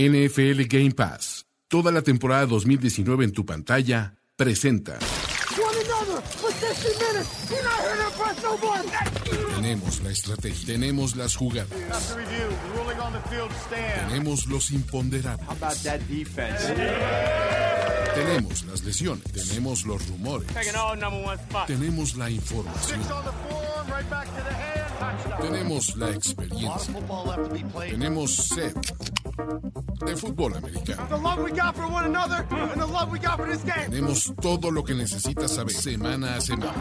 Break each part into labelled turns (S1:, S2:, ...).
S1: NFL Game Pass. Toda la temporada 2019 en tu pantalla presenta. Tenemos la estrategia, tenemos las jugadas,
S2: Review, ruling on the field stand.
S1: tenemos los imponderables,
S2: About that defense.
S1: tenemos las lesiones, tenemos los rumores,
S3: Taking all number one spots.
S1: tenemos la información,
S2: Six on the forearm, right back to the hand. Touchdown.
S1: tenemos la experiencia,
S2: Football left to be played.
S1: tenemos sed de fútbol americano.
S2: The love we got for one another and the love we got for this game.
S1: Tenemos todo lo que necesitas saber semana a semana.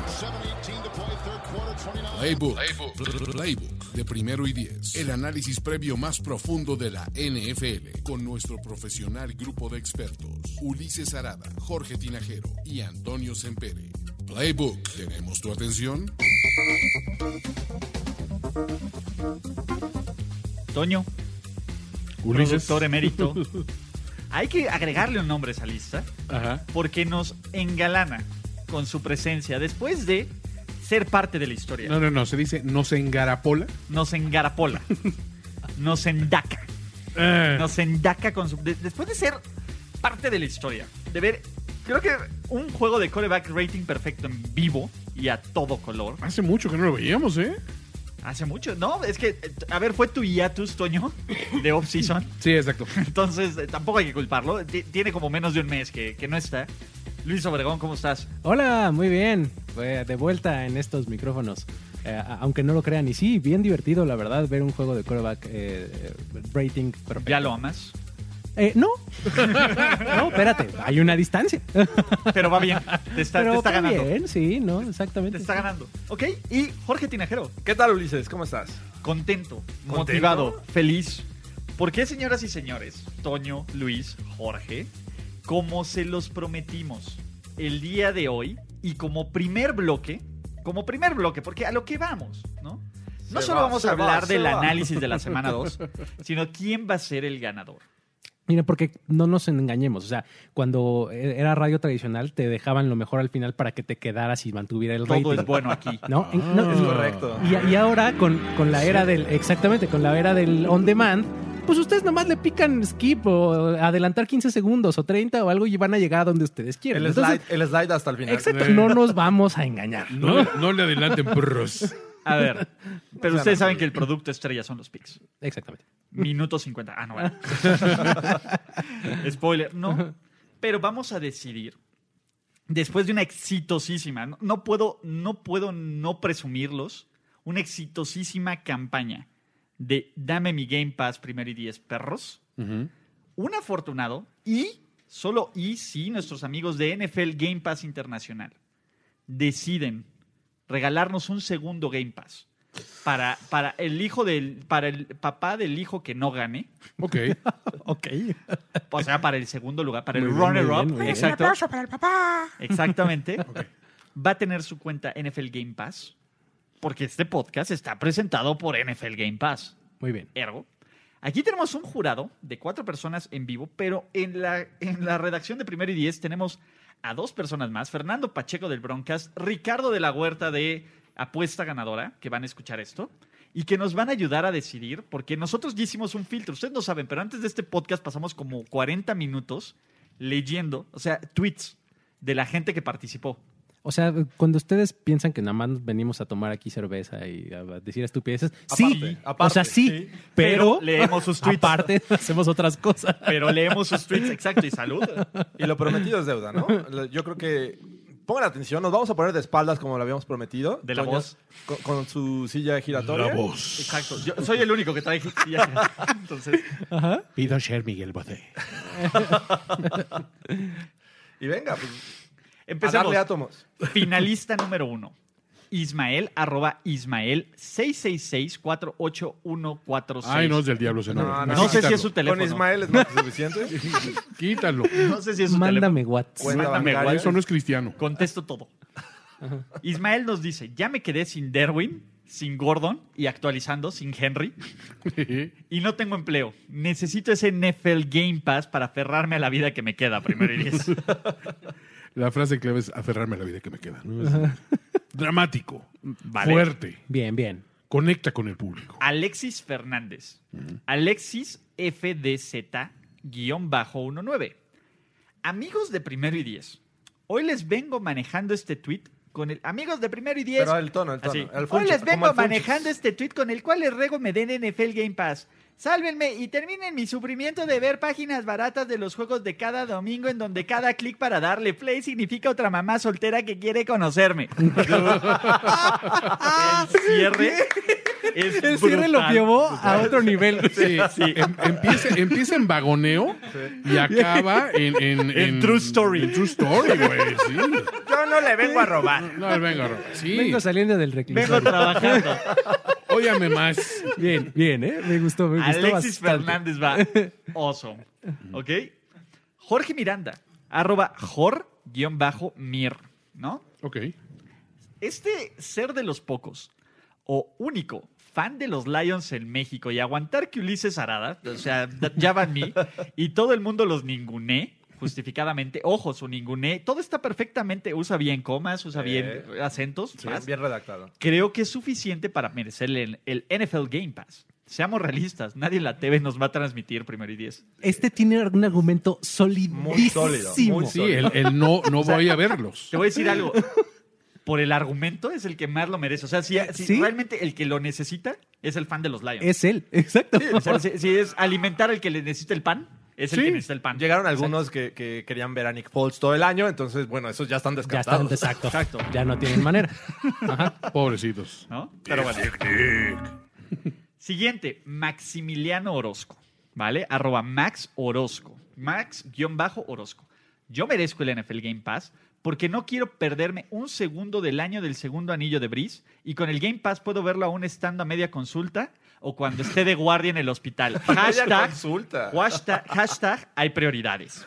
S1: Playbook, playbook, playbook de primero y diez. El análisis previo más profundo de la NFL con nuestro profesional grupo de expertos Ulises Arada, Jorge Tinajero y Antonio Sempere. Playbook, ¿tenemos tu atención?
S4: Toño, productor emérito. Hay que agregarle un nombre a esa lista
S5: Ajá.
S4: porque nos engalana con su presencia después de ser parte de la historia.
S5: No, no, no, se dice nos engarapola.
S4: Nos engarapola, nos endaca,
S5: Eh.
S4: nos endaca con su... de- después de ser parte de la historia, de ver, creo que un juego de coreback rating perfecto en vivo y a todo color.
S5: Hace mucho que no lo veíamos, ¿eh?
S4: Hace mucho, no, es que, eh, a ver, fue tu hiatus, Toño, de off-season.
S5: Sí, exacto.
S4: Entonces, eh, tampoco hay que culparlo. Ti- Tiene como menos de un mes que, que no está. Luis Obregón, ¿cómo estás?
S6: Hola, muy bien. Eh, De vuelta en estos micrófonos. Eh, a- aunque no lo crean, y sí, bien divertido, la verdad, ver un juego de coreback eh, eh, rating perfecto.
S4: ¿Ya lo amas?
S6: Eh, no. no, espérate, hay una distancia.
S4: Pero va bien. Te está,
S6: Pero
S4: te está
S6: está
S4: ganando.
S6: bien, sí, no,
S4: Te
S6: exactamente.
S4: está ganando. Ok, y Jorge Tinajero,
S7: ¿Qué tal, Ulises? ¿Cómo estás?
S4: contento, motivado, feliz. ¿Por qué, señoras y señores, Toño, Luis, Jorge, como se los prometimos el día de hoy y como primer bloque, como primer bloque, porque a lo que vamos, ¿no? No
S7: Se
S4: solo
S7: va,
S4: vamos
S7: se
S4: a
S7: va,
S4: hablar
S7: se
S4: del
S7: va.
S4: análisis de la semana 2, sino quién va a ser el ganador.
S6: Mira, porque no nos engañemos, o sea, cuando eh, era radio tradicional te dejaban lo mejor al final para que te quedaras y mantuviera el rating.
S4: Todo es bueno aquí.
S6: ¿No? En- no,
S5: Ah.
S6: y-
S7: Correcto.
S6: Y, y ahora con, con la era del, exactamente, con la era del on demand, pues ustedes nomás le pican skip o adelantar 15 segundos o 30 o algo y van a llegar a donde ustedes quieren.
S7: El
S6: Entonces,
S7: slide, el slide hasta el final.
S6: exacto, no nos vamos a engañar.
S5: No, le- no le adelanten burros.
S4: A ver, pero ustedes saben que el producto estrella son los picks.
S6: Exactamente.
S4: Minuto 50. Ah, no. bueno. Spoiler, no. Pero vamos a decidir. Después de una exitosísima, no, no puedo, no puedo no presumirlos, una exitosísima campaña de Dame mi Game Pass primero y 10 perros, un afortunado y solo y si nuestros amigos de NFL Game Pass Internacional deciden regalarnos un segundo Game Pass para, para el hijo del para el papá del hijo que no gane,
S5: Ok.
S6: Ok.
S4: o sea, para el segundo lugar, para el
S6: Muy bien, muy
S4: runner
S6: bien, muy
S4: up,
S6: bien.
S4: exacto. para el papá. Exactamente. Va a tener su cuenta NFL Game Pass porque este podcast está presentado por NFL Game Pass.
S6: Muy bien.
S4: Ergo, aquí tenemos un jurado de cuatro personas en vivo, pero en la, en la redacción de Primero y Diez tenemos a dos personas más, Fernando Pacheco del Broncast, Ricardo de la Huerta de Apuesta Ganadora, que van a escuchar esto, y que nos van a ayudar a decidir, porque nosotros ya hicimos un filtro, ustedes no saben, pero antes de este podcast pasamos como 40 minutos leyendo, o sea, tweets de la gente que participó.
S6: O sea, cuando ustedes piensan que nada más venimos a tomar aquí cerveza y a decir estupideces, sí,
S7: Aparte, aparte.
S6: o sea, sí, pero,
S4: leemos sus tweets.
S6: aparte hacemos otras cosas.
S4: Pero leemos sus tweets, exacto, y salud.
S7: Y lo prometido es deuda, ¿no? Lo- Yo creo que. Pongan atención, nos vamos a poner de espaldas como lo habíamos prometido.
S4: De la
S7: Toño,
S4: voz.
S7: Con, con su silla giratoria.
S5: La voz.
S4: Exacto. Yo soy el único que trae. Entonces,
S5: Pido ser Miguel Bosé.
S7: Y venga, pues, a
S4: empezamos.
S7: darle átomos.
S4: Finalista número uno. Ismael, arroba Ismael, 666-48146.
S5: Ay, no, es del diablo, se
S7: No,
S5: no,
S7: no,
S4: No sé si es su
S7: Con
S4: teléfono.
S7: Ismael es más que suficiente.
S5: Quítalo.
S4: No sé si es su teléfono.
S6: Mándame WhatsApp.
S7: Cuenta
S4: Mándame,
S7: bancaria.
S4: güey,
S5: Eso no es cristiano.
S4: Contesto todo. Ismael nos dice, ya me quedé sin Derwin, sin Gordon y actualizando, sin Henry. Y no tengo empleo. Necesito ese NFL Game Pass para aferrarme a la vida que me queda, primero y diez.
S5: La frase clave es aferrarme a la vida que me queda. ¿no? Es Dramático.
S4: Vale.
S5: Fuerte.
S6: Bien, bien.
S5: Conecta con el público.
S4: Alexis Fernández. Alexis FDZ Alex-19. Amigos de primero y diez, hoy les vengo manejando este tweet con el. Amigos de primero y diez.
S7: Pero el tono, el tono.
S4: Así.
S7: el
S4: Hoy
S7: funchis,
S4: les
S7: como
S4: vengo
S7: el funchis.
S4: manejando este tweet con el cual les ruego me den NFL Game Pass. Sálvenme y terminen mi sufrimiento de ver páginas baratas de los juegos de cada domingo en donde cada clic para darle play significa otra mamá soltera que quiere conocerme. el cierre es
S6: El cierre lo
S4: brutal.
S6: llevó a otro nivel.
S5: Sí, em- empieza, empieza en vagoneo y acaba en, en,
S4: En True Story.
S5: en true story, güey. Sí.
S7: Yo no le vengo a robar.
S5: No, venga, Rob, Sí.
S6: Vengo saliendo del reclusorio.
S4: Vengo trabajando.
S5: Óyame más.
S6: Bien, bien, ¿eh? Me gustó, me gustó
S4: Alexis
S6: bastante.
S4: Fernández va. Awesome. ¿Ok? Jorge Miranda, arroba jor-mir, ¿no?
S5: Ok.
S4: Este ser de los pocos o único fan de los Lions en México y aguantar que Ulises Arada, o sea, that- ya van mí, y todo el mundo los ninguné, justificadamente, ojo, su ninguné, todo está perfectamente, usa bien comas, usa bien
S7: Eh.
S4: acentos, más
S7: Bien redactado.
S4: creo que es suficiente para merecer el, el NFL Game Pass. Seamos realistas, nadie en la TV nos va a transmitir primero y diez.
S6: Este tiene un argumento
S7: Muy
S6: solidísimo.
S7: sólido. muy
S5: Sí,
S7: sólido.
S5: el, el no, no voy a verlos.
S4: Te voy a decir algo. Por el argumento es el que más lo merece. O sea, si, si
S6: ¿Sí?
S4: realmente el que lo necesita es el fan de los Lions.
S6: Es él, exacto.
S4: O sea, si, si es alimentar al que le necesita el pan, es el
S5: Sí.
S4: que necesita el pan.
S7: Llegaron algunos que, que querían ver a Nick Foles todo el año, entonces, bueno, esos ya están
S6: Ya están,
S7: descartados.
S6: exacto. Ya no tienen manera.
S5: Pobrecitos.
S4: ¿no? Pero bueno. Siguiente, Maximiliano Orozco, ¿vale? Arroba Max Orozco. Max-Orozco. Yo merezco el NFL Game Pass porque no quiero perderme un segundo del año del segundo anillo de Breeze y con el Game Pass puedo verlo aún estando a media consulta o cuando esté de guardia en el hospital. Hashtag,
S7: consulta.
S4: hashtag, hashtag hay prioridades.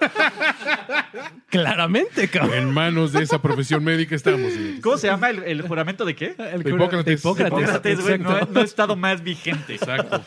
S6: Claramente, cabrón.
S5: En manos de esa profesión médica estamos. señores.
S4: ¿Cómo se llama el, el juramento de qué?
S6: El
S5: De Hipócrates.
S6: de Hipócrates,
S4: Hipócrates, güey, no, he-
S6: exacto.
S4: no he estado más vigente.
S5: Exacto.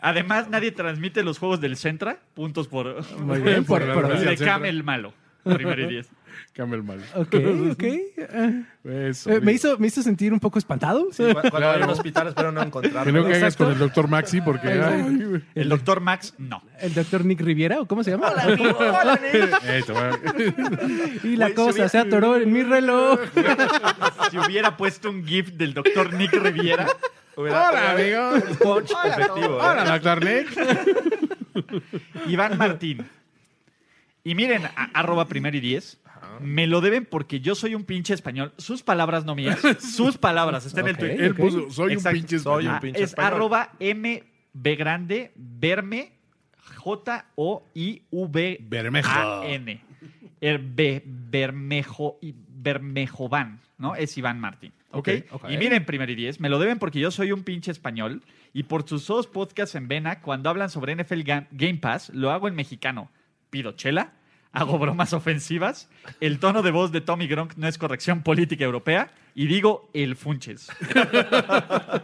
S4: Además, nadie transmite los juegos del Centra. Puntos por.
S6: Muy bien, por, por-
S5: Gracias,
S4: de
S5: Centra.
S4: Cam el malo. Primero y diez.
S5: Cambia el mal.
S6: Ok, ok. Eh,
S5: Eso,
S6: eh, me,
S5: digo.
S6: hizo, me hizo sentir un poco espantado. sí.
S7: Cu- Cuando
S5: Claro.
S7: vaya al hospital, espero no
S5: Que no
S7: encontrarlo.
S5: caigas
S6: Exacto.
S5: con el doctor Maxi porque. ay, güey.
S4: El doctor Max, no.
S6: El doctor Nick Riviera, ¿o cómo se llama?
S5: Eh, te va-
S6: Y la cosa se atoró en mi reloj.
S4: Si hubiera puesto un GIF del doctor Nick Riviera.
S7: Hubiera-
S5: Hola,
S7: hubiera-
S5: amigo.
S7: Punch efectivo. ¿eh?
S5: Hola, doctor Nick.
S4: Iván Martín. Y miren, a- arroba primero y diez. Me lo deben porque yo soy un pinche español. Sus palabras, no mías. Sus palabras. Está en el
S6: Ok.
S4: Twitter.
S5: Él puso, soy
S4: Exacto.
S5: un pinche
S7: Soy un
S5: español.
S7: pinche
S4: Ah, es
S7: español.
S4: arroba MB grande, verme, J-O-I-V.
S5: Bermejo.
S4: A-N. El Er, B- Bermejo y Bermejovan, ¿no? Es Iván Martín. ¿ok?
S5: Ok, ok.
S4: Y miren, primero y diez, me lo deben porque yo soy un pinche español y por sus dos podcasts en Vena, cuando hablan sobre NFL Ga- Game Pass, lo hago en mexicano. Pido chela, hago bromas ofensivas, el tono de voz de Tommy Gronk no es corrección política europea y digo el funches.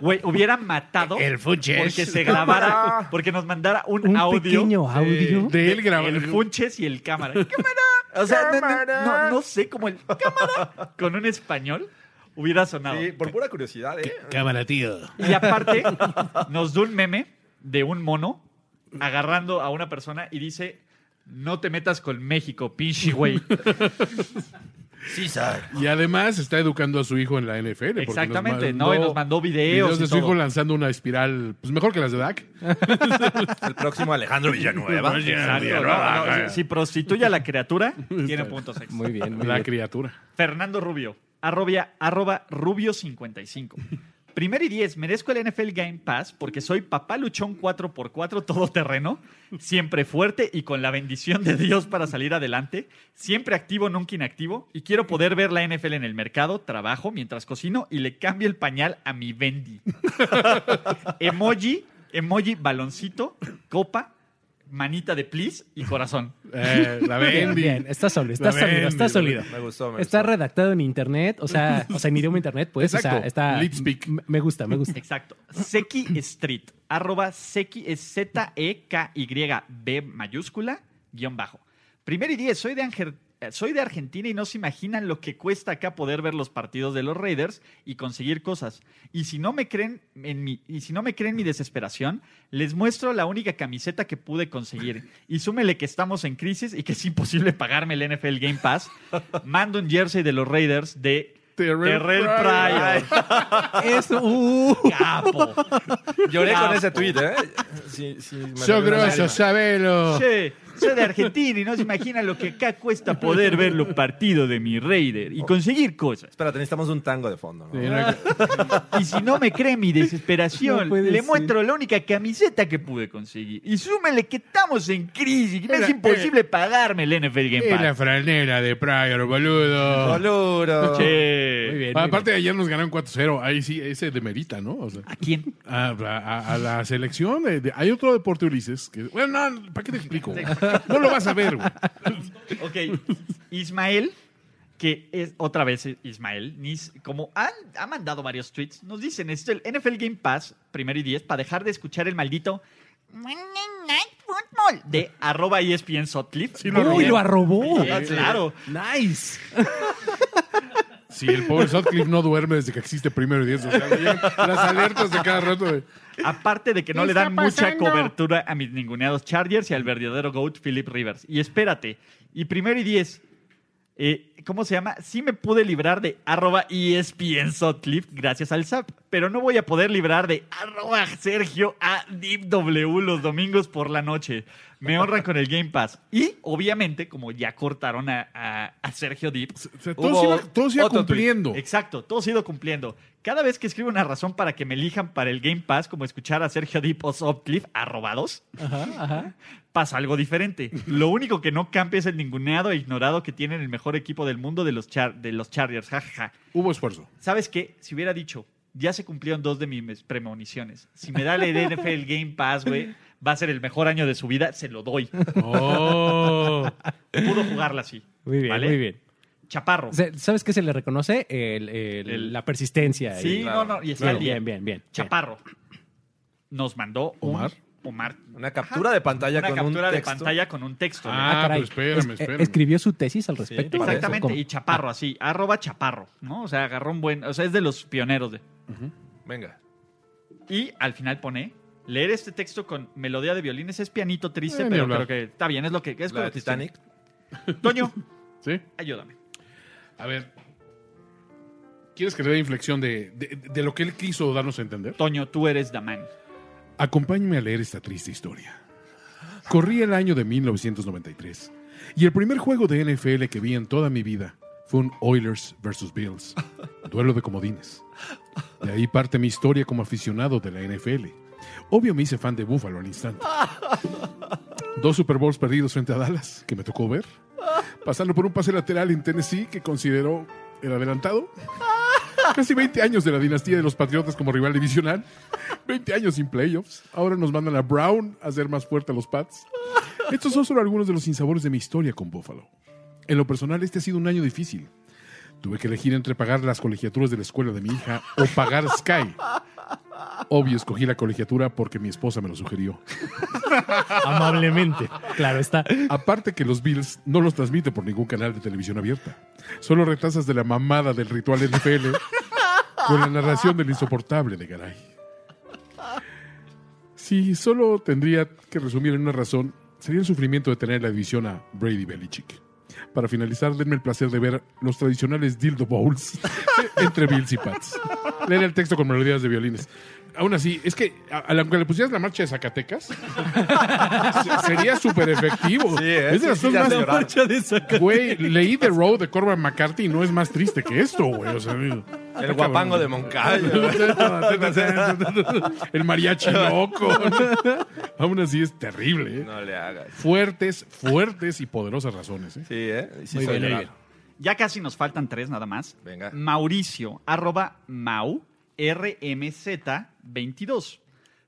S4: Güey, hubiera matado
S5: El Funches.
S4: porque se grabara, porque nos mandara un,
S6: Un
S4: audio
S6: pequeño audio.
S5: De él grabando.
S4: el Funches y el cámara. ¡Cámara! O sea, no- no-
S7: ¡Cámara!
S4: No, no sé cómo el cámara con un español hubiera sonado.
S7: Sí, por pura curiosidad, ¿eh?
S5: Cámara, tío.
S4: Y aparte, nos da un meme de un mono agarrando a una persona y dice: No te metas con México, pinche güey.
S7: Sí, sabe.
S5: Y además está educando a su hijo en la NFL. porque nos
S4: Exactamente, ¿no? Y nos mandó videos.
S5: de
S4: y
S5: su hijo
S4: todo.
S5: lanzando una espiral, pues mejor que las de Dak.
S7: El próximo Alejandro Villanueva.
S4: Exacto, ¿no? No, si, si prostituye a la criatura, tiene puntos extra.
S6: Muy bien, muy
S5: La
S6: bien.
S5: criatura.
S4: Fernando Rubio, arrobia- arroba, rubio55. Primero y diez, merezco el NFL Game Pass porque soy papá luchón 4x4 todoterreno, siempre fuerte y con la bendición de Dios para salir adelante, siempre activo, nunca inactivo, y quiero poder ver la NFL en el mercado, trabajo mientras cocino y le cambio el pañal a mi Bendy. Emoji, emoji, baloncito, copa, manita de please y corazón.
S5: Eh, la
S6: Bien,
S5: Bendy.
S6: bien, está sólido, está
S5: La
S6: sólido,
S5: Bendy,
S6: está sólido.
S7: Me gustó, me
S6: Está
S7: gustó.
S6: redactado en internet, o sea, o sea, en idioma internet, pues, o sea,
S5: Exacto,
S6: está...
S5: lip speak.
S6: m- Me gusta, me gusta.
S4: Exacto. Seki Street. Arroba Seki es E Z-E-K-Y B mayúscula guión bajo. Primero y diez, soy de Ángel- eh, soy de Argentina y no se imaginan lo que cuesta acá poder ver los partidos de los Raiders y conseguir cosas. Y si no me creen en mi, y si no me creen mi desesperación, les muestro la única camiseta que pude conseguir. Y súmele que estamos en crisis y que es imposible pagarme el NFL Game Pass. Mando un jersey de los Raiders de
S5: Terrell
S4: Terrell
S5: Pryor.
S4: Pryor.
S6: Eso, uh,
S4: Capo.
S7: Lloré
S4: Ah.
S7: con ese tweet, ¿eh? Sí, sí, me salió
S5: Yo
S7: una
S5: grosso,
S7: lágrima.
S5: sabelo.
S4: Che, soy de Argentina y no se imagina lo que acá cuesta poder ver los partidos de mi Raider y conseguir cosas.
S7: Espérate, necesitamos un tango de fondo. ¿no?
S5: Sí, una-
S4: Y si no me cree mi desesperación,
S6: No puede
S4: le
S6: ser.
S4: muestro la única camiseta que pude conseguir. Y súmele que estamos en crisis, que no es
S6: eh,
S5: Era-
S4: imposible pagarme el NFL Game
S5: Es la
S4: Pass.
S5: franela de Pryor, boludo.
S7: Boludo.
S4: Che.
S6: Muy bien. muy
S5: Aparte, ayer nos ganaron 4-0. Ahí sí, ese demerita, ¿no? O sea,
S4: ¿A quién?
S5: a, a- a la selección. de- de- hay otro deporte, Ulises. Que, bueno, no, ¿para qué te explico? No lo vas a ver, güey.
S4: Ok, Ismael, que es otra vez Ismael, Nis- como han, ha mandado varios tweets, nos dicen, esto el NFL Game Pass, primero y diez, para dejar de escuchar el maldito Monday Night Football de arroba E ESPN Sotcliffe.
S5: Sí,
S6: bien. Uy, lo arrobó.
S4: Sí, claro.
S6: Nice.
S5: Si el pobre Sutcliffe no duerme desde que existe primero y diez. O sea, le llegan las alertas de cada rato. de-
S4: Aparte de que no le dan mucha cobertura a mis ninguneados Chargers y al verdadero GOAT Philip Rivers. Y espérate, y primero y diez, eh, ¿cómo se llama? Sí me pude librar de arroba E ESPN Sutcliffe gracias al SAP, pero no voy a poder librar de arroba Sergio a Deep W los domingos por la noche. Me honran con el Game Pass. Y obviamente, como ya cortaron a, a- a Sergio Deep,
S5: O sea, todo se
S7: Hubo
S5: iba, todo se iba
S7: otro tweet.
S5: cumpliendo.
S4: Exacto, todo se ha ido cumpliendo. Cada vez que escribo una razón para que me elijan para el Game Pass, como escuchar a Sergio Deep o Sopcliff arrobados,
S6: Ajá, ajá.
S4: pasa algo diferente. Lo único que no cambia es el ninguneado e ignorado que tienen el mejor equipo del mundo de los, char- de los Chargers. jajaja.
S5: Hubo esfuerzo.
S4: ¿Sabes qué? Si hubiera dicho, ya se cumplieron dos de mis premoniciones. Si me da el NFL Game Pass, güey, va a ser el mejor año de su vida, se lo doy.
S5: "Oh".
S4: Pudo jugarla así.
S6: Muy bien,
S4: ¿vale?
S6: muy bien.
S4: Chaparro.
S6: Se- ¿Sabes qué se le reconoce? El- el-
S4: El-
S6: la persistencia.
S4: Sí,
S6: el-
S7: claro.
S4: no, no, y está
S6: Claro,
S4: al día.
S6: bien, bien, bien.
S4: Chaparro nos mandó un-
S5: Omar.
S4: Omar
S7: Una captura de pantalla
S4: una
S7: con
S4: captura
S7: un
S4: de
S7: texto.
S4: pantalla con un texto. ¿no?
S5: Ah, pero
S6: caray.
S5: espérame,
S6: Es- eh,
S5: espérame.
S6: escribió su tesis al respecto.
S7: parece.
S4: Exactamente,
S6: ¿Cómo?
S4: y Chaparro así, arroba Chaparro, ¿no? O sea, agarró un buen, o sea, es de los pioneros de.
S7: Venga.
S4: Y al final pone leer este texto con melodía de violines es pianito triste,
S5: Eh, ni
S4: pero
S5: hablar.
S4: creo que está bien, es lo que es
S7: La
S4: con
S7: de
S4: lo que estoy.
S7: Titanic.
S4: Toño,
S5: ¿Sí?
S4: ayúdame.
S5: A ver. ¿Quieres que le dé inflexión de, de- de lo que él quiso darnos a entender?
S4: Toño, tú eres Daman.
S5: Acompáñame a leer esta triste historia. Corrí el año de 1993 y el primer juego de NFL que vi en toda mi vida fue un Oilers versus Bills, duelo de comodines. De ahí parte mi historia como aficionado de la NFL. Obvio me hice fan de Buffalo al instante. Dos Super Bowls perdidos frente a Dallas, que me tocó ver. Pasando por un pase lateral en Tennessee que consideró el adelantado. Casi 20 años de la dinastía de los Patriotas como rival divisional. 20 años sin playoffs. Ahora nos mandan a Brown a hacer más fuerte a los Pats. Estos son solo algunos de los insabores de mi historia con Buffalo. En lo personal, este ha sido un año difícil. Tuve que elegir entre pagar las colegiaturas de la escuela de mi hija o pagar Sky. Obvio, escogí la colegiatura porque mi esposa me lo sugirió.
S6: Amablemente. Claro está.
S5: Aparte que los Bills no los transmite por ningún canal de televisión abierta. Solo retasas de la mamada del ritual NFL con la narración del insoportable de Garay. Si solo tendría que resumir en una razón, sería el sufrimiento de tener la división a Brady Belichick. Para finalizar, denme el placer de ver los tradicionales Dildo Bowls entre Bills y Pats. Leer el texto con melodías de violines. Aún así, es que a- a la- aunque le pusieras la marcha de Zacatecas, se- sería súper efectivo.
S7: Sí, ¿eh?
S5: es de las
S7: Sí, sí,
S5: cosas
S7: te
S5: más
S7: hace llorar.
S5: Güey, leí The Road de Corban McCarthy y no es más triste que esto, güey. O sea,
S6: Ah,
S7: El guapango de Moncayo.
S5: el mariachi loco. Aún así es terrible. ¿eh?
S7: no le hagas.
S5: Fuertes, fuertes y poderosas razones. ¿eh?
S7: Sí, ¿eh? Sí,
S6: Muy
S7: soy
S6: bien, muy
S7: llorar.
S6: bien.
S4: Ya casi nos faltan tres nada más.
S7: Venga.
S4: Mauricio, arroba Mau, RMZ22.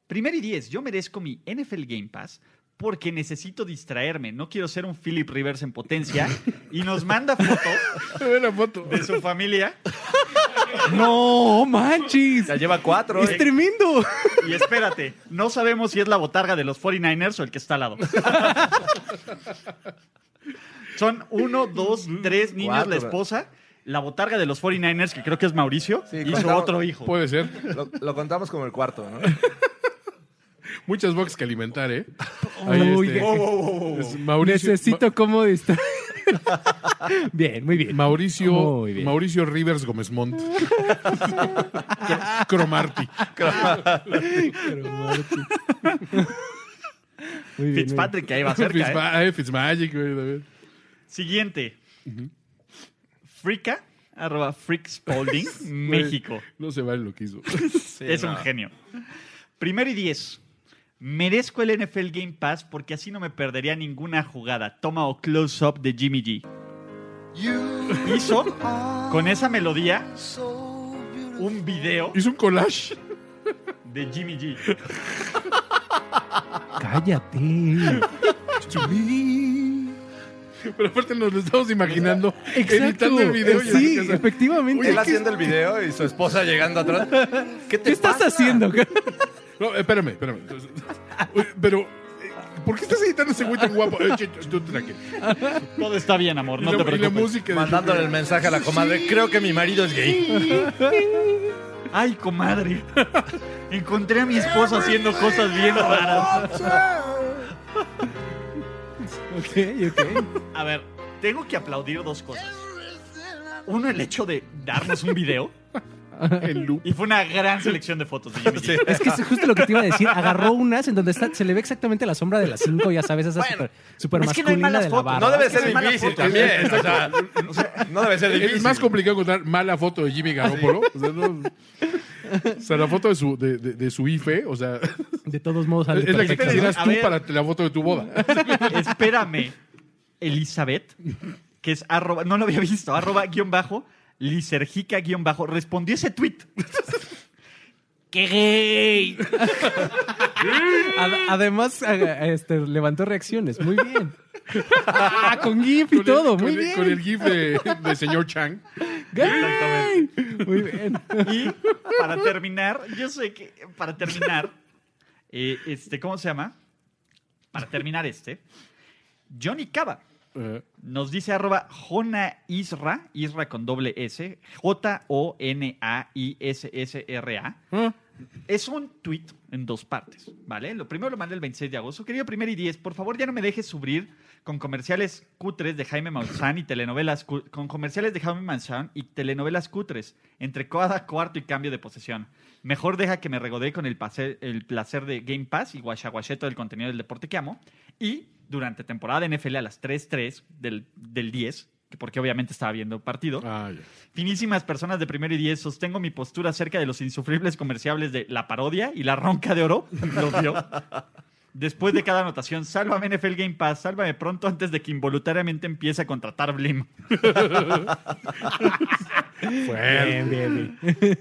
S4: Primero y diez, yo merezco mi NFL Game Pass porque necesito distraerme. No quiero ser un Philip Rivers en potencia. Y nos manda fotos
S5: Ve la foto.
S4: de su familia.
S6: No, manches.
S7: Ya lleva cuatro.
S4: eh.
S6: Es tremendo.
S4: Y espérate, no sabemos si es la botarga de los 49ers o el que está al lado. Son uno, dos, tres niños,
S7: Cuatro,
S4: la
S7: ¿verdad?
S4: esposa, la botarga de los 49ers, que creo que es Mauricio,
S7: Sí,
S4: y su
S7: contaba-
S4: otro hijo.
S5: Puede ser.
S7: ¿eh? Lo, lo contamos como el cuarto, ¿no?
S5: Muchas bocas que alimentar, ¿eh?
S6: Uy,
S5: este,
S6: wow,
S5: es Mauricio,
S6: Necesito cómo distra- bien, muy bien.
S5: Ma- Mauricio,
S6: Muy bien.
S5: Mauricio Rivers Gómez Montt. Cro- Cromarty.
S6: Muy bien,
S4: Fitzpatrick, que ahí va cerca. ¿eh?
S5: Fitzma- eh, Fitzmagic, güey, a ver.
S4: Siguiente. Frica, arroba Freak Spalding,
S7: Pues,
S4: México.
S5: No se vale lo que hizo.
S7: Sí,
S4: es un
S7: no.
S4: genio. Primero y diez. Merezco el NFL Game Pass porque así no me perdería ninguna jugada, toma o close-up de Jimmy G. Hizo, con esa melodía, un video
S5: Hizo un collage.
S4: de Jimmy G.
S6: muy bien. Cállate.
S5: Pero aparte nos lo estamos imaginando. Editando
S6: Exacto.
S5: el video. y
S6: sí,
S5: así,
S6: efectivamente.
S7: Él
S6: ¿Qué,
S7: haciendo el video y su esposa llegando atrás. ¿Qué te
S6: qué estás
S7: pasa?
S6: haciendo?
S5: No, espérame, espérame. Entonces, oye, Pero, eh, ¿por qué estás editando ese güey tan guapo? Eh, che, che, tú tranquilo.
S4: Todo está bien, amor,
S5: Y
S4: no
S5: la-
S4: te
S5: y la
S4: preocupes.
S5: música de-
S7: Mandándole el mensaje a la comadre. Creo que mi marido es gay.
S4: Ay, comadre. Encontré a mi esposo haciendo cosas bien raras.
S6: ok, ok.
S4: A ver, tengo que aplaudir dos cosas. Uno, el hecho de darnos un video.
S5: El loop.
S4: Y fue una gran selección de fotos de Jimmy G.
S6: Es que es justo lo que te iba a decir. Agarró unas en donde está, se le ve exactamente la sombra de las cinco, ya sabes, esa super, super
S4: es que no hay
S6: masculina
S4: malas
S6: de la
S4: fotos,
S6: barra.
S7: No debe
S4: Es
S7: ser
S4: mala
S7: difícil
S4: foto.
S7: también. o sea, no debe ser difícil.
S5: Es más complicado encontrar mala foto de Jimmy Garoppolo. O sea, no- o sea, la foto de su, de, de- de su IFE, o sea,
S6: De todos modos, sale
S5: es la que
S6: perfecta,
S5: te dirás
S4: A
S5: tú
S4: ver.
S5: para la foto de tu boda.
S4: Espérame, Elizabeth, que es arroba, no lo había visto, arroba guión bajo, lisergica guión bajo, respondió ese tweet. ¡Qué gay!
S6: ¿no? Ad- Además, haga- este, levantó reacciones. Muy bien. Ah, con GIF y
S5: Con el-
S6: todo.
S5: con
S6: Muy
S5: el-
S6: bien.
S5: Con el GIF de, de señor Chang.
S6: ¡Gay! Muy bien.
S4: Y para terminar, yo sé que para terminar, eh, este, ¿cómo se llama? Para terminar este, Johnny Cava
S5: Ajá.
S4: nos dice arroba Jona Isra, Isra con doble S, J-O-N-A-I-S-S-R-A.
S5: Ah,
S4: Es un tweet en dos partes, ¿vale? Lo primero lo mandé el 26 de agosto. Querido primer y 10, por favor ya no me dejes subir con comerciales cutres de Jaime Maussan y telenovelas cu- con comerciales de Jaime Maussan y telenovelas cutres entre cada cuarto y cambio de posesión. Mejor deja que me regodee con el, pase- el placer de Game Pass y guachaguacheto del contenido del deporte que amo. Y durante temporada de NFL a las 3-3 del, del 10, que porque obviamente estaba viendo partido,
S5: ah, ya.
S4: Finísimas personas de primero y diez, sostengo mi postura acerca de los insufribles comerciales de La Parodia y La Ronca de Oro. Los vio. Después de cada anotación, sálvame NFL Game Pass, sálvame pronto antes de que involuntariamente empiece a contratar Blim.
S5: Fuerte.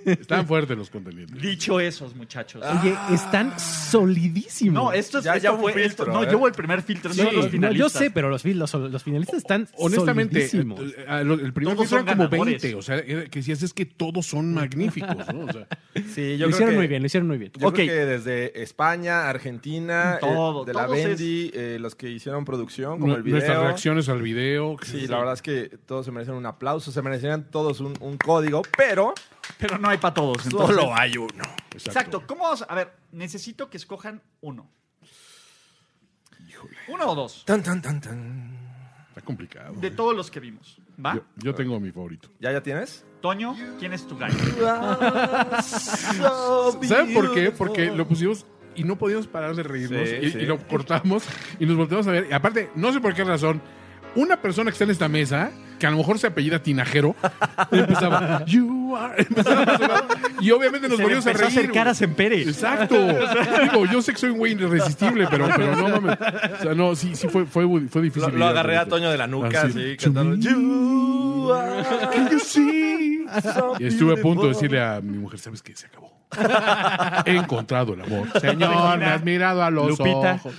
S5: Están fuertes los contenidos.
S4: Dicho esos, muchachos.
S6: Oye, están solidísimos.
S4: No, esto es.
S7: Ya-
S4: esto
S7: ya fue
S4: fue-
S7: un
S4: esto-
S7: filtro,
S4: Ah, no,
S7: ¿eh?
S4: yo el primer filtro,
S6: Sí,
S4: son los
S6: no, yo
S4: finalistas.
S6: sé, pero los, fil- los, los finalistas están
S5: Honestamente,
S6: solidísimos.
S5: eh, a lo- el primer
S4: Todos
S5: filtro
S4: son
S5: eran como
S4: ganadores.
S5: 20. O sea, era- que decías es que todos son magníficos, ¿no? O sea,
S7: Sí, yo
S6: Lo
S7: creo
S6: hicieron
S7: que-
S6: muy bien, lo hicieron muy bien.
S7: Yo
S4: Ok.
S7: creo que desde España, Argentina, eh,
S4: Todo,
S7: de la
S4: todos es-
S7: Bendy, eh, los que hicieron producción, como el
S5: nue-
S7: video.
S5: nuestras reacciones al video.
S7: Sí, la verdad es que todos se merecen un aplauso, se merecían todos un, un código, pero
S4: Pero no hay para todos. entonces-
S7: hay uno.
S4: Exacto. ¿Cómo vamos? A ver, necesito que escojan uno. Uno o dos.
S7: Tan, tan, tan, tan.
S5: Está complicado.
S4: De todos los que vimos. ¿Va?
S5: Yo, yo tengo mi favorito.
S7: ¿Ya, ya tienes?
S4: Toño, ¿quién es tu gallo?
S5: ¿Saben por qué? Porque lo pusimos y no podíamos parar de reírnos
S7: Sí,
S5: y,
S7: sí.
S5: y lo cortamos y nos volteamos a ver. Y aparte, no sé por qué razón, una persona que está en esta mesa, que a lo mejor se apellida Tinajero, empezaba, you are, empezaba a sonar, y obviamente nos
S4: Se
S5: volvimos a
S4: empezó
S5: reír.
S4: hacer caras en Pérez.
S5: Exacto. Digo, yo sé que soy un güey irresistible, pero, pero no mames. O sea, no, sí, sí fue, fue, fue difícil.
S7: Lo, lo
S5: lidiar
S7: agarré
S5: con
S7: a
S5: esto.
S7: Toño de la nuca,
S5: Ah,
S7: así,
S5: sí.
S7: cantando. "You
S5: Can
S7: are
S5: you see?
S7: so
S5: Y estuve a punto de
S7: beautiful".
S5: decirle a mi mujer, ¿sabes qué? Se acabó. He encontrado el amor. Señor, me
S4: Lupita.
S5: has mirado a los
S4: Lupita.
S5: ojos.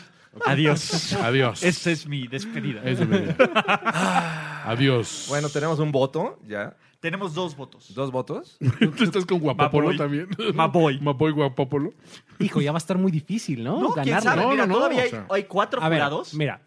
S4: Adiós.
S5: Adiós.
S4: Esa es mi despedida.
S5: Eso me dijo. Adiós.
S7: Bueno, tenemos un voto, ya.
S4: Tenemos dos votos.
S7: Dos votos.
S5: tú estás con Guapopolo
S4: Maboy.
S5: también.
S4: Maboy.
S5: Maboy Guapopolo.
S6: Hijo, ya va a estar muy difícil, ¿no?
S4: No, quién
S6: Ganarlo.
S4: sabe.
S5: No,
S4: Mira,
S5: no, no,
S4: todavía
S5: o
S4: hay,
S5: sea.
S4: hay cuatro
S6: A ver,
S4: jurados.
S6: mira.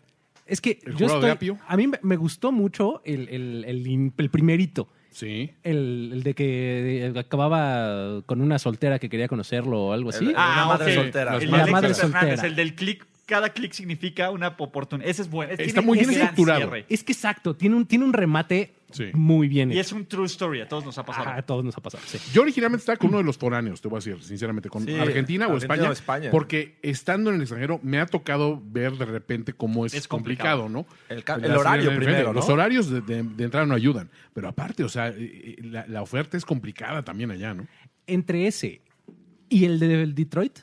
S6: Es que
S5: ¿El
S6: yo
S5: jurado de
S6: estoy-
S5: apio?
S6: a mí me- me gustó mucho el, el- el in- el primerito.
S5: Sí.
S6: El, el de que acababa con una soltera que quería conocerlo o algo así.
S4: Ah,
S7: El- Una madre
S4: ok.
S7: soltera.
S4: El de
S6: La
S4: Alexis
S6: madre
S4: Fernández,
S6: soltera.
S4: el del clic. Cada clic significa una oportunidad. Ese es bueno.
S5: Está
S4: Tiene
S5: muy
S4: un
S5: bien
S4: gran
S5: estructurado.
S4: cierre.
S6: Es que exacto, tiene un, tiene un remate
S5: Sí.
S6: muy bien.
S4: Y
S6: hecho.
S4: es un true story. A todos nos ha pasado.
S6: Ah, a todos nos ha pasado, sí.
S5: Yo originalmente estaba con uno de los foráneos, te voy a decir, sinceramente, con
S7: Sí,
S5: Argentina, o
S7: Argentina
S5: España,
S7: o España.
S5: Porque estando en el extranjero me ha tocado ver de repente cómo es,
S4: Es complicado.
S5: complicado, ¿no? Pues
S7: El ca- el
S5: Las-
S7: horario
S5: NFL,
S7: primero, ¿no?
S5: Los horarios de, de- de entrada no ayudan. Pero aparte, o sea, eh, eh, la, la oferta es complicada también allá, ¿no?
S6: Entre ese y el de Detroit,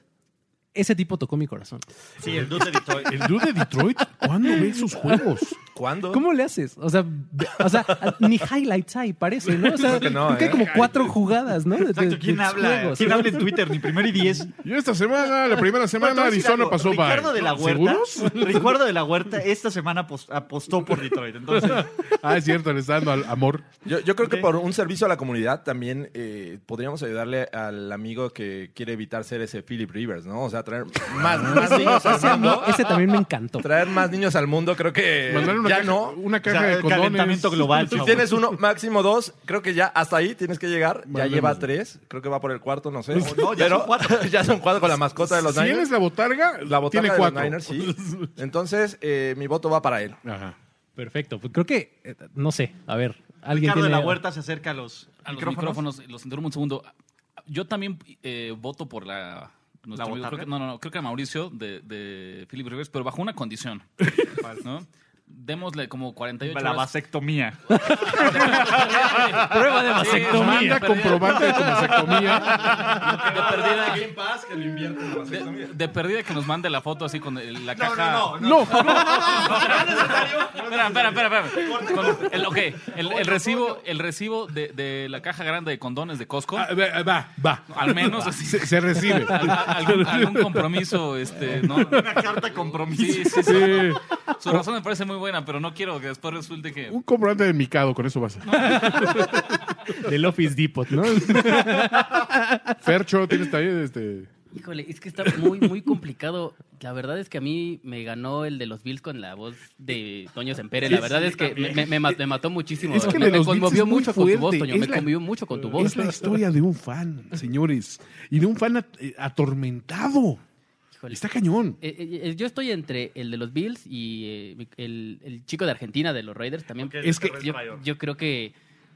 S6: ese tipo tocó mi corazón.
S4: Sí, el dude de Detroit.
S5: El dude de Detroit, ¿cuándo ve esos juegos?
S7: ¿Cuándo?
S6: ¿Cómo le haces? O sea, ve- o sea, ni highlights hay, parece, ¿no? O sea,
S7: Creo que no,
S6: creo
S7: ¿eh?
S6: que hay como cuatro jugadas, ¿no? De- de-
S4: Exacto,
S6: de
S4: ¿quién
S6: tus
S4: habla?
S6: juegos.
S4: ¿Quién habla en Twitter? Ni primero y diez.
S5: Y esta semana, la primera
S4: Bueno, te
S5: semana,
S4: voy a decir
S5: Arizona
S4: algo.
S5: pasó bye.
S4: Ricardo de la Huerta.
S5: ¿Seguros?
S4: Ricardo de la Huerta esta semana apos- apostó por Detroit. Entonces,
S5: Ah, es cierto, le está dando al amor.
S7: Yo, yo creo que por un servicio a la comunidad también eh, podríamos ayudarle al amigo que quiere evitar ser ese Philip Rivers, ¿no? O sea, traer más, más niños al
S6: Ese, a mí-
S7: mundo.
S6: ese también me encantó.
S7: Traer más niños al mundo, creo que
S5: Mandaron una
S7: ya
S5: caja, Uh,
S7: no.
S5: una
S4: o
S5: caja
S4: sea,
S5: de
S4: el
S5: condones.
S4: calentamiento global.
S7: Si
S4: chavos.
S7: tienes uno, máximo dos, creo que ya hasta ahí tienes que llegar. Ya
S5: Mandemos,
S7: lleva
S5: güey.
S7: tres, creo que va por el cuarto, no sé.
S4: No, ya son cuatro.
S7: ya son cuatro con la mascota de los
S5: Si él
S7: Niners.
S5: es la botarga,
S7: La botarga
S5: tiene
S7: de los
S5: cuatro.
S7: Niners, sí. Entonces, eh, mi voto va para él.
S5: Ajá.
S6: Perfecto. Pues creo que, eh, no sé, a ver, alguien
S4: Ricardo de
S6: tiene-
S4: la Huerta se acerca a los,
S3: a los
S4: micrófonos.
S3: micrófonos, los interrumpo un segundo. Yo también eh, voto por la. nuestro amigo,
S4: botarga?
S3: creo que- no, no, no, creo que Mauricio de, de Philip Rivers, pero bajo una condición. ¿no? Démosle como 48
S4: La
S3: horas.
S4: vasectomía.
S3: Prueba de
S5: Manda comprobante de tu vasectomía.
S3: De perdida,
S7: que lo
S3: de, de perdida que nos mande la foto así con el- la caja.
S5: No,
S3: Espera, espera, espera, espera. Con el, ok, el, el recibo, el recibo de, de la caja grande de condones de Costco.
S5: Ah, Va, va, va.
S3: Al menos así.
S5: Se, se recibe.
S3: Al- algún, algún compromiso, este, ¿no?
S4: Una carta de compromiso.
S3: Sí, sí, sí.
S5: Sí.
S3: Su razón me parece muy buena, pero no quiero que después resulte que.
S5: Un comprobante de Mikado, con eso vas.
S6: Del Office Depot, ¿no?
S5: Fercho, tienes también este.
S8: Híjole, es que está muy, muy complicado. La verdad es que a mí me ganó el de los Bills con la voz de Toño Sempere. La verdad es que me, me ma- me mató muchísimo.
S5: Es que
S8: me,
S5: el de
S8: me
S5: los Bills
S8: conmovió
S5: es muy
S8: mucho con tu voz,
S5: fuerte.
S8: Toño.
S5: Es
S8: Me
S5: la-
S8: conmovió mucho con tu voz.
S5: Es la historia de un fan, señores. Y de un fan at- eh, atormentado.
S8: Híjole.
S5: Está cañón.
S8: Eh, eh, eh, yo estoy entre el de los Bills y eh, el, el chico de Argentina de los Raiders también.
S5: Es que-
S8: yo, yo creo que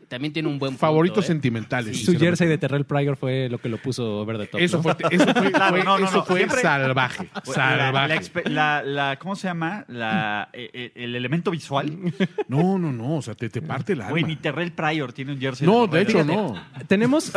S8: también tiene un buen punto,
S5: Favoritos
S8: ¿eh?
S5: sentimentales.
S6: Su
S5: sinceramente.
S6: jersey de Terrell Pryor fue lo que lo puso over the top.
S5: Eso
S6: ¿no?
S5: fue, eso fue,
S4: Claro,
S5: fue-
S4: no, no,
S5: eso
S4: no.
S5: fue
S4: Siempre-
S5: salvaje.
S4: La, la
S5: Salvaje.
S4: expe- la- la- ¿Cómo se llama? La, eh, eh, el elemento visual.
S5: No, no, no. O sea, te, te parte el
S4: Güey, ni
S5: alma.
S4: Terrell Pryor tiene un jersey.
S5: No,
S4: los
S5: de hecho,
S4: Raiders.
S5: no.
S6: Tenemos.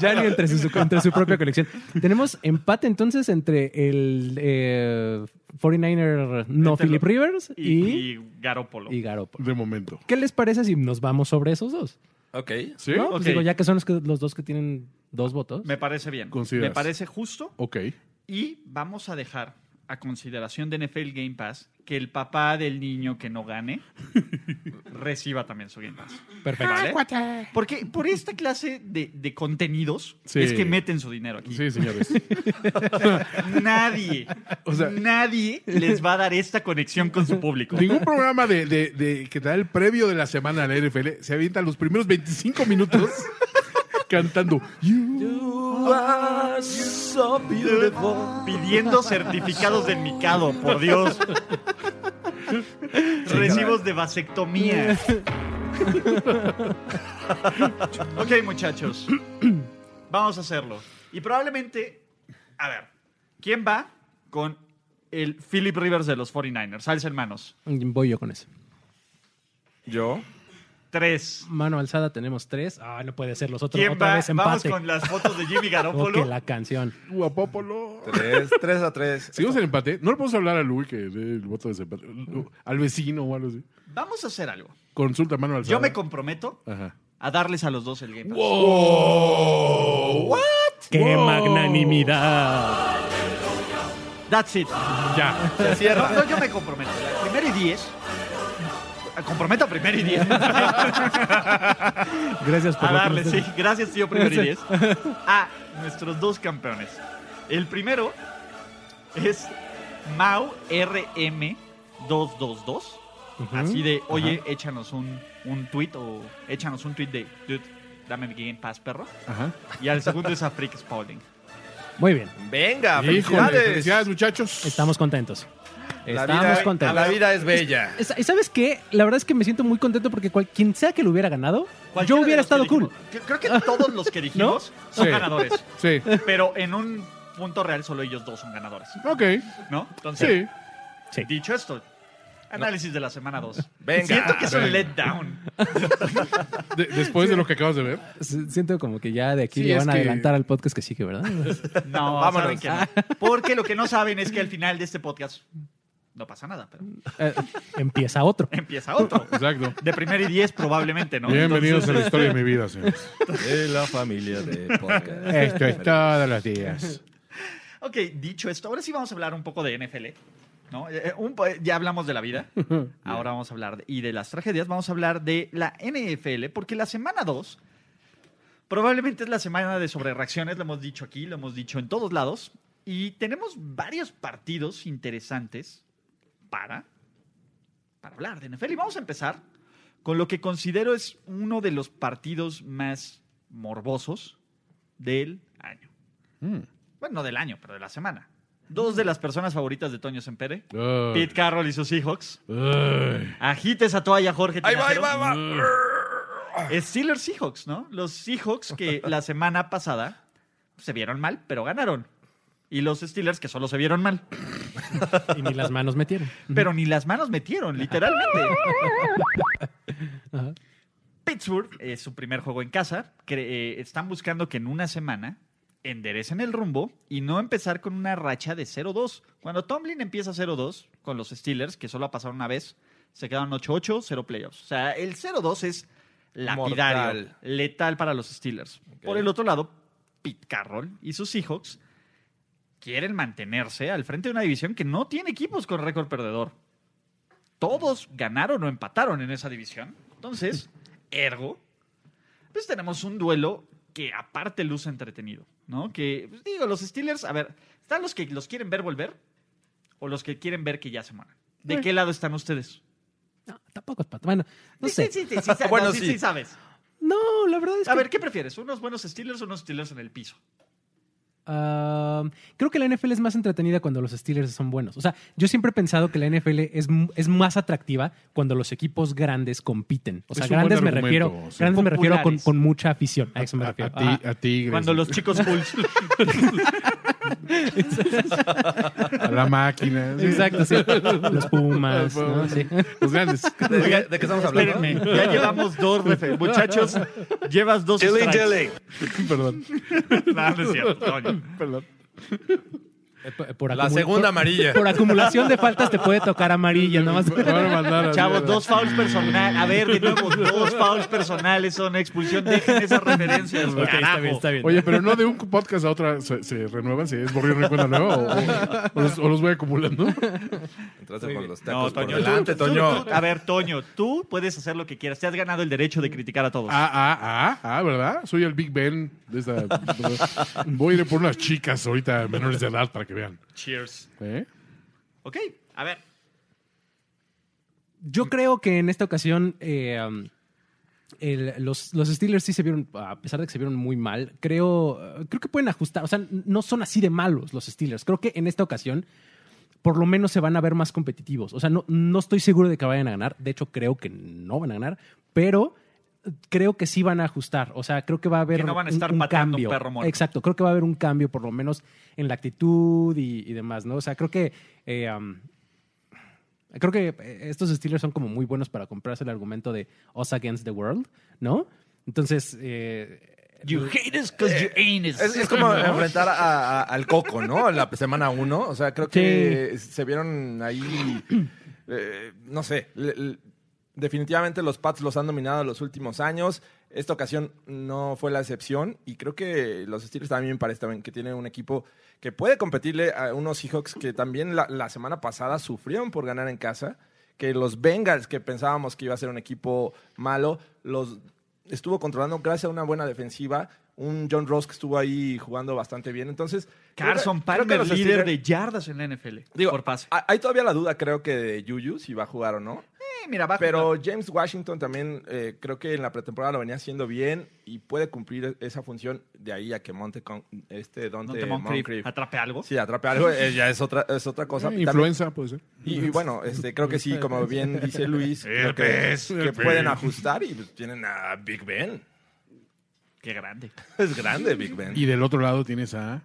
S6: ya ni entre su, entre su propia colección. Tenemos empate entonces entre el eh, 49er no
S4: Entre
S6: Philip
S4: lo-
S6: Rivers y,
S4: Y, y Garópolo.
S6: y Garoppolo.
S5: De momento.
S6: ¿Qué les parece si nos vamos sobre esos dos?
S7: Ok.
S5: ¿Sí?
S6: ¿No? Pues
S4: Ok.
S6: digo, ya que son los, que- los dos que tienen dos votos.
S4: Me parece bien.
S5: Consideras.
S4: Me parece justo.
S5: Ok.
S4: Y vamos a dejar a consideración de NFL Game Pass que el papá del niño que no gane reciba también su Game Pass.
S6: Perfecto.
S4: ¿Vale? Porque por esta clase de, de contenidos
S5: Sí.
S4: es que meten su dinero aquí.
S5: Sí, señores.
S4: Nadie,
S5: O sea-
S4: nadie les va a dar esta conexión con su público.
S5: Ningún programa de, de- de- que te da el previo de la semana a la NFL se avienta los primeros 25 minutos cantando. "You
S4: Pidiendo certificados del micado, por Dios. Recibos de vasectomía. ok, muchachos. Vamos a hacerlo. Y probablemente. A ver, ¿quién va con el Philip Rivers de los 49ers? Alza en manos.
S6: Voy yo con eso.
S7: Yo.
S4: Tres.
S6: Mano alzada tenemos tres. Ah, no puede ser. Los otros
S4: ¿Quién
S6: otra
S4: va?
S6: vez
S4: Vamos
S6: empate.
S4: con las fotos de Jimmy
S6: Oh,
S4: Garoppolo.
S6: que la canción.
S5: Guapópolo.
S7: Tres, tres a tres.
S5: Seguimos el empate. No le podemos hablar a Luis que dé el voto de desempate. Al vecino o algo así.
S4: Vamos a hacer algo.
S5: Consulta mano alzada.
S4: Yo me comprometo
S5: Ajá.
S4: a darles a los dos el Game Pass.
S6: ¡Qué magnanimidad!
S4: That's it.
S5: Ya.
S7: Se
S4: No,
S7: cierra.
S4: no, yo me comprometo. Primero y diez. Comprometo a primero y diez.
S6: Gracias por
S4: A
S6: lo que
S4: darle,
S6: nos-
S4: sí. Gracias, tío, primero y diez. A nuestros dos campeones. El primero es Mau RM 222. Así de, oye, échanos un, un tweet o échanos un tweet de, dude, dame mi Game Pass, perro.
S5: Ajá.
S4: Y al segundo es a Freak Spalding.
S6: Muy bien,
S4: Ah,
S7: Venga,
S5: Híjole,
S7: felicidades.
S5: felicidades, muchachos.
S6: estamos contentos.
S7: La
S6: Estamos
S7: vida,
S6: contentos.
S7: la vida es bella.
S6: Es- ¿Y sabes qué? La verdad es que me siento muy contento porque cual- quien sea que lo hubiera ganado, yo
S4: Cualquiera de
S6: hubiera
S4: los que
S6: estado cool.
S4: dijimos- que- Creo que todos los que dijimos son
S5: Sí.
S4: ganadores.
S5: Sí.
S4: Pero en un punto real solo ellos dos son ganadores.
S5: Ok.
S4: ¿No? Entonces,
S5: Sí.
S4: dicho esto, análisis de la semana 2.
S7: Venga.
S4: Siento que es un
S5: Venga.
S4: letdown.
S5: De- después de lo que acabas de ver.
S6: S- Siento como que ya de aquí
S5: Sí,
S6: le
S5: es
S6: van a
S5: que-
S6: adelantar al podcast que sigue, ¿verdad?
S4: No, saben
S7: Vámonos.
S4: que no. Porque lo que no saben es que al final de este podcast no pasa nada, pero
S6: Eh, empieza otro.
S4: empieza otro.
S5: Exacto.
S4: De primera y diez probablemente, ¿no?
S5: Bienvenidos
S4: eh,
S5: a la historia de mi vida, señores.
S7: De la familia de podcast.
S5: Esto es todos los días.
S4: Ok, dicho esto, ahora sí vamos a hablar un poco de NFL. ¿no? Eh, eh, un po- ya hablamos de la vida. Ahora vamos a hablar de- y de las tragedias. Vamos a hablar de la NFL, porque la semana 2 probablemente es la semana de sobrereacciones. Lo hemos dicho aquí, lo hemos dicho en todos lados. Y tenemos varios partidos interesantes para, para hablar de NFL. Y vamos a empezar con lo que considero es uno de los partidos más morbosos del año. Bueno, no del año, pero de la semana. Dos de las personas favoritas de Toño Sempere,
S5: Ay,
S4: Pete Carroll y sus Seahawks.
S5: ay.
S4: Agite esa toalla, Jorge.
S7: Ahí va, ahí
S4: Tinajero.
S7: va, ahí va.
S4: Steelers Seahawks, ¿no? Los Seahawks que la semana pasada se vieron mal, pero ganaron. Y los Steelers que solo se vieron mal,
S6: Y ni las manos metieron.
S4: pero ni las manos metieron, literalmente. Pittsburgh es su primer juego en casa. Cre- eh, están buscando que en una semana enderecen el rumbo y no empezar con una racha de 0-2. Cuando Tomlin empieza 0-2 con los Steelers, que solo ha pasado una vez, se quedaron 8-8, 0 playoffs. O sea, el 0-2 es lapidario,
S7: Mortal.
S4: letal para los Steelers. Por el otro lado, Pete Carroll y sus Seahawks quieren mantenerse al frente de una división que no tiene equipos con récord perdedor. Todos ganaron o empataron en esa división. Entonces, ergo, pues tenemos un duelo que aparte luce entretenido, ¿no? Que, pues, digo, los Steelers, a ver, ¿están los que los quieren ver volver o los que quieren ver que ya se mueran? ¿De qué lado están ustedes?
S6: No, tampoco es pato. Bueno, no
S4: Sí,
S6: sé.
S4: Sí, sí, sí, sí, sa-
S7: Bueno,
S4: no, sí,
S7: sí.
S4: sí sabes.
S6: No, la verdad es que.
S4: A ver, ¿qué prefieres? ¿Unos buenos Steelers o unos Steelers en el piso?
S6: Ah, creo que la NFL es más entretenida cuando los Steelers son buenos. O sea, yo siempre he pensado que la NFL es, m- es más atractiva cuando los equipos grandes compiten. O sea,
S5: Es un buen
S6: grandes me
S5: argumento,
S6: refiero,
S5: sí.
S6: grandes me refiero con,
S4: Populares.
S6: con mucha afición. A eso me
S5: A,
S6: refiero.
S5: a ti,
S6: Ajá.
S5: a Tigres.
S4: Cuando los chicos Bulls.
S5: A la máquina. Ah, sí.
S6: Exacto, sí. Los Pumas. ¿no? Sí.
S5: Los grandes.
S7: ¿De, qué- de qué estamos hablando?
S4: Espérenme, ya llevamos dos refe- Muchachos, llevas dos
S7: Chilling,
S4: strikes.
S7: chilling.
S5: Perdón.
S4: No, no es cierto, Toño.
S6: Eh, p- por
S7: La
S6: acumul-
S7: segunda amarilla.
S6: Por, por acumulación de faltas te puede tocar amarilla, nada más.
S5: Van a mandar a-
S4: Chavos, dos fouls personales. A ver, de nuevo, dos fouls personales son expulsión. Dejen esas referencias.
S6: Ok, está
S4: carajo.
S6: bien, está bien.
S5: Oye, pero no de un podcast a otra se, se renuevan, si es borrón y cuenta nueva o, o- o los, o los voy acumulando.
S7: Entraste con los
S4: No,
S7: tacos por
S4: Toño,
S7: delante,
S4: tú- tú-
S7: pues, Toño.
S4: tú- a ver, Toño, tú puedes hacer lo que quieras. Te has ganado el derecho de criticar a todos.
S5: Ah, ah, ah, ah, ¿verdad? Soy el Big Ben de esta. Voy a ir por unas chicas ahorita menores de edad para que vean.
S4: Cheers.
S5: ¿Eh?
S4: Ok, a ver.
S6: Yo creo que en esta ocasión eh, um, el- los, los Steelers sí se vieron, a pesar de que se vieron muy mal, creo, eh, creo que pueden ajustar. O sea, n- no son así de malos los Steelers. Creo que en esta ocasión por lo menos se van a ver más competitivos. O sea, no, no estoy seguro de que vayan a ganar. De hecho, creo que no van a ganar, pero eh, creo que sí van a ajustar. O sea, creo que va a haber
S4: Que no van a
S6: un-
S4: estar
S6: un,
S4: pateando un
S6: cambio.
S4: perro muerto.
S6: Exacto, creo que va a haber un cambio por lo menos en la actitud y, y demás, ¿no? O sea, creo que... eh, um, Creo que eh, estos Steelers son como muy buenos para comprarse el argumento de us against the world, ¿no? Entonces, eh,
S4: You hate us because you ain't us.
S7: Eh, Es, es como enfrentar a- a- al Coco, ¿no? En la semana uno. O sea, creo que eh, se vieron ahí. eh, no sé. le- le- definitivamente los Pats los han dominado los últimos años. Esta ocasión no fue la excepción. Y creo que los Steelers también parece también que tienen un equipo que puede competirle a unos Seahawks que también la, la semana pasada sufrieron por ganar en casa. Que los Bengals, que pensábamos que iba a ser un equipo malo, los estuvo controlando gracias a una buena defensiva, un John Ross que estuvo ahí jugando bastante bien. Entonces, creo que-
S4: Carson
S7: creo que
S4: Palmer,
S7: los
S4: líder
S7: Steelers-
S4: de yardas en la NFL.
S7: Digo,
S4: por pase.
S7: hay- Hay todavía la duda, creo que de Juju, si va a jugar o no.
S4: Eh, mira, bajo.
S7: Pero James Washington también eh, creo que en la pretemporada lo venía haciendo bien y puede cumplir esa función de ahí a que Monte Con- este
S4: no
S7: Dante
S4: te Moncrief,
S7: Moncrief
S4: atrape algo.
S7: sí atrape algo eh, ya es otra es otra cosa
S5: Eh,
S7: Y también-
S5: influenza, puede ser.
S7: y, y bueno este creo que sí como bien dice Luis creo que, que pueden ajustar y pues, tienen a Big Ben
S4: Qué grande.
S7: es grande Big Ben
S5: Y del otro lado tienes a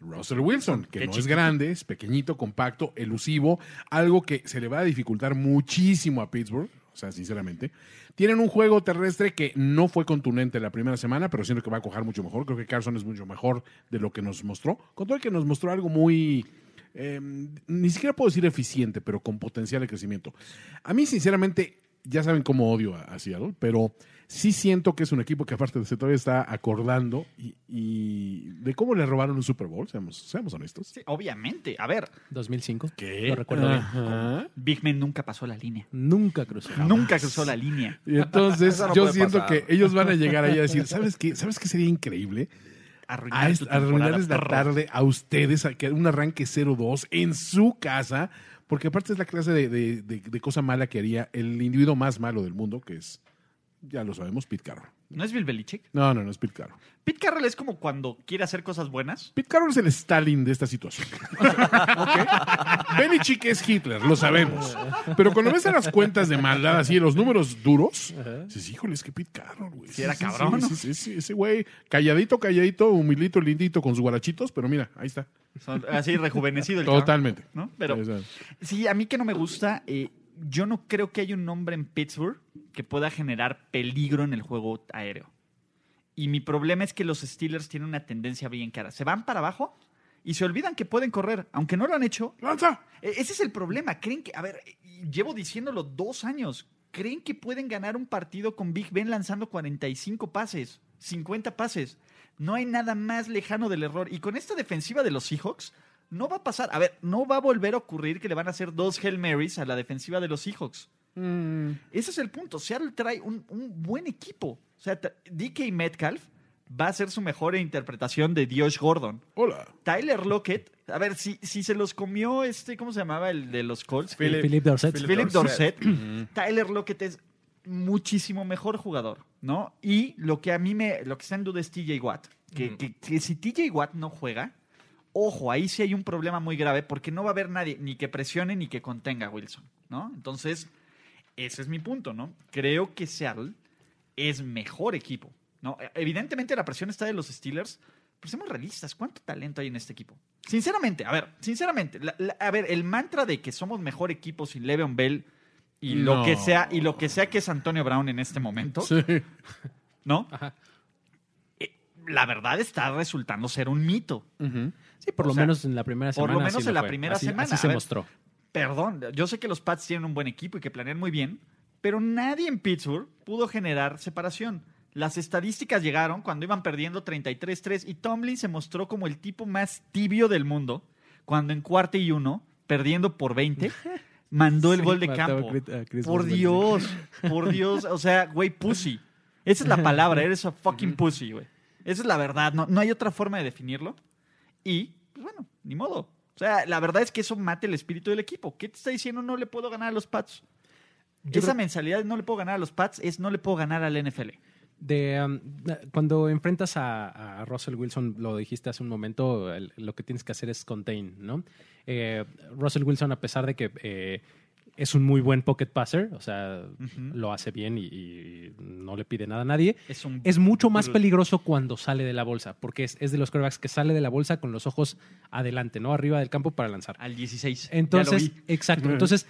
S5: Russell Wilson, que
S4: Qué
S5: no es
S4: chiquito.
S5: grande, es pequeñito, compacto, elusivo, algo que se le va a dificultar muchísimo a Pittsburgh, o sea, sinceramente. Tienen un juego terrestre que no fue contundente la primera semana, pero siento que va a cojar mucho mejor. Creo que Carson es mucho mejor de lo que nos mostró. Con todo que nos mostró algo muy... eh, ni siquiera puedo decir eficiente, pero con potencial de crecimiento. A mí, sinceramente, ya saben cómo odio a, a Seattle, pero sí siento que es un equipo que aparte de se todavía está acordando y, y de cómo le robaron un Super Bowl, seamos, seamos honestos.
S4: Sí, obviamente. A ver,
S6: 2005.
S5: ¿Qué?
S6: Lo recuerdo bien.
S5: Ajá.
S4: Big Man nunca pasó la línea.
S6: Nunca cruzó.
S4: Nunca cruzó la línea.
S5: Y entonces
S7: Eso no
S5: yo
S7: puede
S5: siento
S7: pasar.
S5: que ellos van a llegar ahí a decir, ¿sabes qué? ¿Sabes qué sería increíble?
S4: Ah, Arruinar
S5: A est-
S4: tu temporada,
S5: arruinarles la
S4: perro.
S5: tarde a ustedes, a que un arranque 0-2 en su casa, porque aparte es la clase de, de- de- de cosa mala que haría el individuo más malo del mundo, que es, ya lo sabemos, Pete Carroll.
S4: ¿No es Bill Belichick?
S5: No, no, no es Pete Carroll.
S4: Pete Carroll es como cuando quiere hacer cosas buenas.
S5: Pete Carroll es el Stalin de esta situación. Ok. Belichick es Hitler, lo sabemos. Pero cuando ves a las cuentas de maldad así, los números duros, dices, híjole, es que Pete Carroll, güey.
S4: era cabrón,
S5: sí,
S4: ¿no?
S5: sí, sí, ese güey, calladito, calladito, humilito, lindito, con sus guarachitos, pero mira, ahí está.
S4: Son así rejuvenecido. el cabrón,
S5: Totalmente.
S4: ¿no? Pero
S5: Ahí está.
S4: Sí, a mí que no me gusta, eh, yo no creo que haya un nombre en Pittsburgh que pueda generar peligro en el juego aéreo. Y mi problema es que los Steelers tienen una tendencia bien cara. Se van para abajo y se olvidan que pueden correr, aunque no lo han hecho.
S5: ¡Lanza!
S4: E- Ese es el problema. Creen que, a ver, eh, llevo diciéndolo dos años. Creen que pueden ganar un partido con Big Ben lanzando 45 pases, 50 pases. No hay nada más lejano del error. Y con esta defensiva de los Seahawks, no va a pasar. A ver, no va a volver a ocurrir que le van a hacer dos Hail Marys a la defensiva de los Seahawks. Ese es el punto. Seattle trae un, un buen equipo. O sea, tra- DK Metcalf va a ser su mejor interpretación de Josh Gordon.
S5: Hola.
S4: Tyler Lockett, a ver, si, si se los comió este, ¿cómo se llamaba el de los Colts?
S6: Philip, Dorset.
S7: Philip
S4: Philip
S7: Dorsett.
S4: Dorset. Tyler Lockett es muchísimo mejor jugador, ¿no? Y lo que a mí me, lo que está en duda es TJ Watt. Que, que- que si TJ Watt no juega, ojo, ahí sí hay un problema muy grave porque no va a haber nadie ni que presione ni que contenga a Wilson, ¿no? Entonces, ese es mi punto, ¿no? Creo que Seattle es mejor equipo, ¿no? E, Evidentemente la presión está de los Steelers, pero seamos realistas, ¿cuánto talento hay en este equipo? Sinceramente, a ver, sinceramente, la- la- a ver, el mantra de que somos mejor equipo sin Le'Veon Bell y lo
S5: No.
S4: que sea y lo que sea que es Antonio Brown en este momento, ¿no? Eh, La verdad está resultando ser un mito.
S6: Sí, por
S4: O
S6: lo
S4: sea,
S6: menos en la primera
S4: por
S6: semana.
S4: lo menos
S6: así
S4: en la
S6: fue.
S4: primera
S6: Así-
S4: semana,
S6: Así
S4: a
S6: se
S4: ver.
S6: mostró.
S4: perdón, yo sé que los Pats tienen un buen equipo y que planean muy bien, pero nadie en Pittsburgh pudo generar separación. Las estadísticas llegaron cuando iban perdiendo 33-3 y Tomlin se mostró como el tipo más tibio del mundo cuando en cuarta y uno, perdiendo por 20, mandó el
S6: Sí,
S4: gol de
S6: mató a
S4: campo.
S6: Chris- a Chris
S4: por
S6: Boswell, sí.
S4: Dios, por Dios, o sea, güey, pussy. Esa es la palabra, eres a fucking pussy, güey. Esa es la verdad, no, no hay otra forma de definirlo. Y, pues bueno, ni modo. O sea, la verdad es que eso mate el espíritu del equipo. ¿Qué te está diciendo? No le puedo ganar a los Pats. Esa mensalidad de no le puedo ganar a los Pats es no le puedo ganar al NFL.
S6: De, um, cuando enfrentas a, a Russell Wilson, lo dijiste hace un momento, el- lo que tienes que hacer es contain, ¿no? Eh, Russell Wilson, a pesar de que eh, es un muy buen pocket passer, o sea, lo hace bien y, y no le pide nada a nadie,
S4: Es un
S6: es mucho más peligroso cuando sale de la bolsa, porque es, es de los quarterbacks que sale de la bolsa con los ojos adelante, ¿no? Arriba del campo para lanzar.
S4: al 16. Ya lo
S6: Entonces,
S4: vi.
S6: exacto. Entonces,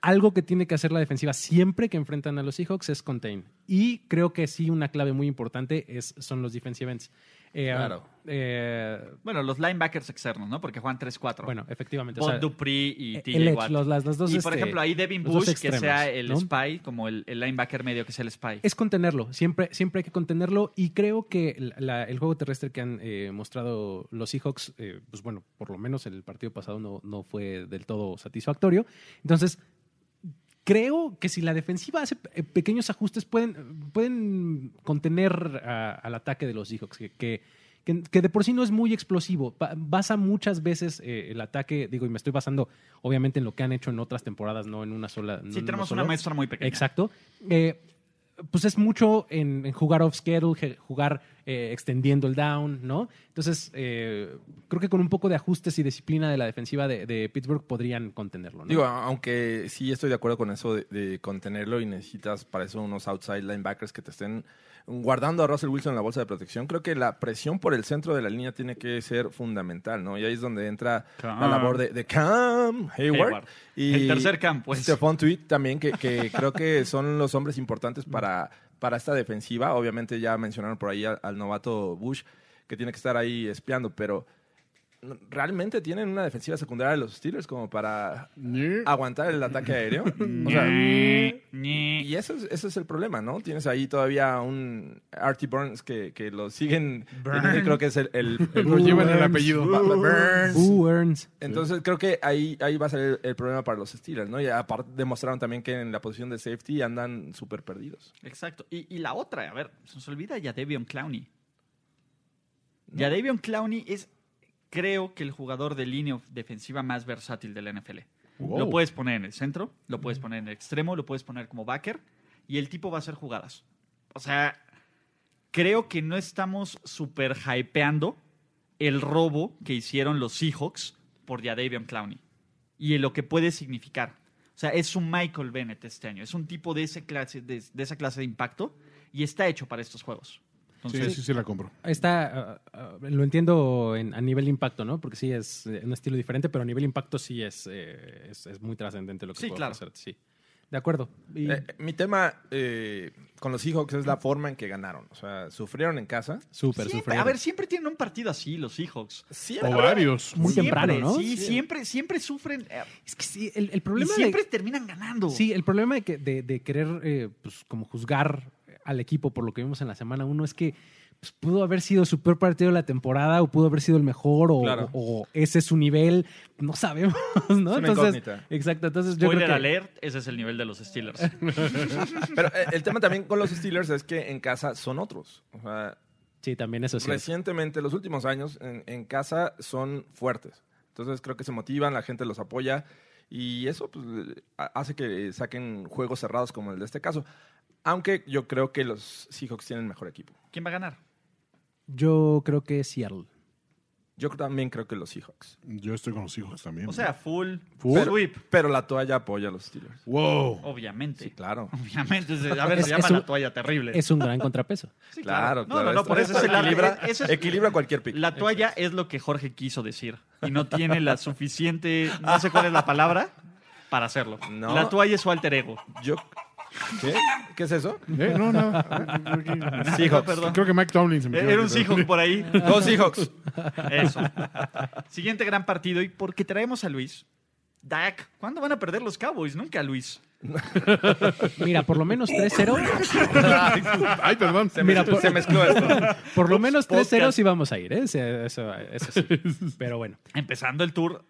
S6: algo que tiene que hacer la defensiva siempre que enfrentan a los Seahawks es contain. Y creo que sí, una clave muy importante es, son los defensive ends. Eh,
S7: Claro.
S6: eh,
S4: bueno, los linebackers externos, ¿no? Porque juegan 3-4.
S6: bueno, efectivamente. o
S4: Von
S6: sea, e-
S4: Dupree y
S6: el
S4: TJ
S6: ex,
S4: Watt.
S6: los- las- las dos,
S4: y por
S6: este,
S4: ejemplo, ahí Devin
S6: los dos
S4: Bush,
S6: extremos,
S4: que sea el
S6: ¿no?
S4: spy, como el, el linebacker medio que es el spy.
S6: es contenerlo, siempre, siempre hay que contenerlo y creo que la- la- el juego terrestre que han eh, mostrado los Seahawks, eh, pues bueno, por lo menos el partido pasado no, no fue del todo satisfactorio. Entonces, Creo que si la defensiva hace eh, pequeños ajustes, pueden, pueden contener a- al ataque de los Seahawks, que, que, que- que de por sí no es muy explosivo. Ba- Basa muchas veces eh, el ataque, digo, y me estoy basando obviamente en lo que han hecho en otras temporadas, no en una sola. no en
S4: Sí,
S6: uno
S4: tenemos una
S6: solo.
S4: muestra muy pequeña.
S6: Exacto. Eh, pues es mucho en, en jugar off schedule, je- jugar eh, extendiendo el down, ¿no? Entonces, eh, creo que con un poco de ajustes y disciplina de la defensiva de, de Pittsburgh podrían contenerlo, ¿no?
S7: Digo, a- aunque sí estoy de acuerdo con eso de, de contenerlo y necesitas para eso unos outside linebackers que te estén guardando a Russell Wilson en la bolsa de protección, creo que la presión por el centro de la línea tiene que ser fundamental, ¿no? Y ahí es donde entra la
S4: Cam.
S7: labor de, de Cam Hayward.
S4: Hayward.
S7: Y
S4: El tercer Cam, pues.
S7: Stephon Tweet también, que, que creo que son los hombres importantes para, para esta defensiva. Obviamente ya mencionaron por ahí al, al novato Bush, que tiene que estar ahí espiando, pero... ¿Realmente tienen una defensiva secundaria de los Steelers como para aguantar el ataque aéreo. O sea,
S4: Ñe.
S7: y eso es, ese es el problema, ¿no? Tienes ahí todavía un Artie Burns que, que lo siguen.
S4: Burns.
S7: Creo que es el. el- el-
S5: Lo llevan el apellido.
S7: Ba- ba- Burns.
S6: Uh, Earns.
S7: Entonces creo que ahí, ahí va a salir el problema para los Steelers, ¿no? Y aparte demostraron también que en la posición de safety andan súper perdidos.
S4: Exacto. Y, y la otra, a ver, se nos olvida Yadevion Clowney. Yadevion Clowney es, creo que el jugador de línea of- defensiva más versátil de la NFL. Lo puedes poner en el centro, lo puedes poner en el extremo, lo puedes poner como backer y el tipo va a hacer jugadas. O sea, creo que no estamos super hypeando el robo que hicieron los Seahawks por Jadavion Clowney y en lo que puede significar. O sea, es un Michael Bennett este año. Es un tipo de, ese clase, de, de esa clase de impacto y está hecho para estos juegos.
S5: Sí,
S4: Entonces,
S5: sí, sí, la compro.
S6: Está, ah, ah, lo entiendo en- a nivel impacto, ¿no? Porque sí es eh, un estilo diferente, pero a nivel impacto sí es, eh, es, es muy trascendente lo que
S4: Sí,
S6: puede
S4: claro.
S6: ofrecer, Sí, De acuerdo. Y-
S7: Eh, mi tema eh, con los Seahawks es la forma en que ganaron. O sea, sufrieron en casa.
S6: Súper,
S4: siempre-
S6: súper.
S4: a ver, siempre tienen un partido así los Seahawks.
S7: Siempre-
S5: O varios.
S6: Muy
S4: Siempre,
S6: temprano, ¿no?
S4: Sí, siempre, siempre sufren. eh,
S6: es que sí, el, el
S4: y
S6: problema de-
S4: siempre terminan ganando.
S6: Sí, el problema de, que, de, de querer eh, pues, como juzgar al equipo por lo que vimos en la semana 1 es que pues, pudo haber sido su peor partido de la temporada o pudo haber sido el mejor o,
S7: Claro.
S6: o ese es su nivel, no sabemos, ¿no?
S7: incógnita.
S6: exacto, entonces yo
S4: Spoiler
S6: creo que
S4: alert, ese es el nivel de los Steelers.
S7: Pero eh, el tema también con los Steelers es que en casa son otros. O sea,
S6: sí, también eso sí.
S7: Recientemente, los últimos años, en, en casa son fuertes. Entonces creo que se motivan, la gente los apoya y eso pues, ha- hace que saquen juegos cerrados como el de este caso. Aunque yo creo que los Seahawks tienen mejor equipo.
S4: ¿Quién va a ganar?
S6: Yo creo que Seattle.
S7: Yo también creo que los Seahawks.
S5: Yo estoy con los hijos también.
S4: O sea, full,
S5: Full.
S4: full sweep,
S7: Pero la toalla apoya a los Steelers.
S5: wow.
S4: obviamente.
S7: Sí, claro.
S4: Obviamente, a ver,
S6: Es-
S4: se llama
S6: es un-
S4: la toalla terrible.
S6: Es un gran contrapeso.
S4: Sí,
S7: Claro,
S4: No,
S7: claro.
S4: no, no, por
S7: Esto-
S4: eso es el
S7: esto equilibra,
S4: eh, eso es-
S7: equilibra cualquier pick.
S4: La toalla es lo que Jorge quiso decir y no tiene la suficiente, no sé cuál es la palabra, para hacerlo.
S7: No.
S4: La toalla es su alter ego.
S7: Yo... ¿Qué? ¿Qué es eso?
S5: Eh, no, nada.
S7: Seahawks.
S4: Perdón.
S5: Creo que Mike Tomlin se metió.
S4: Eh, Era un Seahawk por ahí.
S7: Go Seahawks.
S4: Eso. Siguiente gran partido y porque traemos a Luis. Dak, ¿cuándo van a perder los Cowboys? Nunca, Luis.
S6: Mira, por lo menos 3-0.
S5: Ay, perdón.
S7: Se, mezcló- se mezcló esto.
S6: Por lo menos
S4: Podcast.
S6: 3-0 sí vamos a ir, ¿eh? Sí, Eso, eso sí. Pero bueno.
S4: Empezando el tour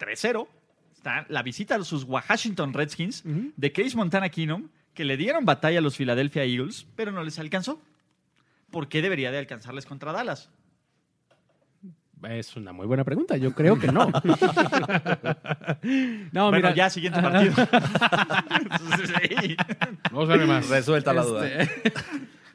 S4: 3-0, está la visita a sus Washington Redskins de Case Montana Keenum, que le dieron batalla a los Philadelphia Eagles, pero no les alcanzó. ¿Por qué debería de alcanzarles contra Dallas?
S6: Es una muy buena pregunta. Yo creo que no. no,
S4: bueno,
S6: mira,
S4: ya, siguiente partido. Sí.
S5: No sabe más.
S7: Resuelta la duda.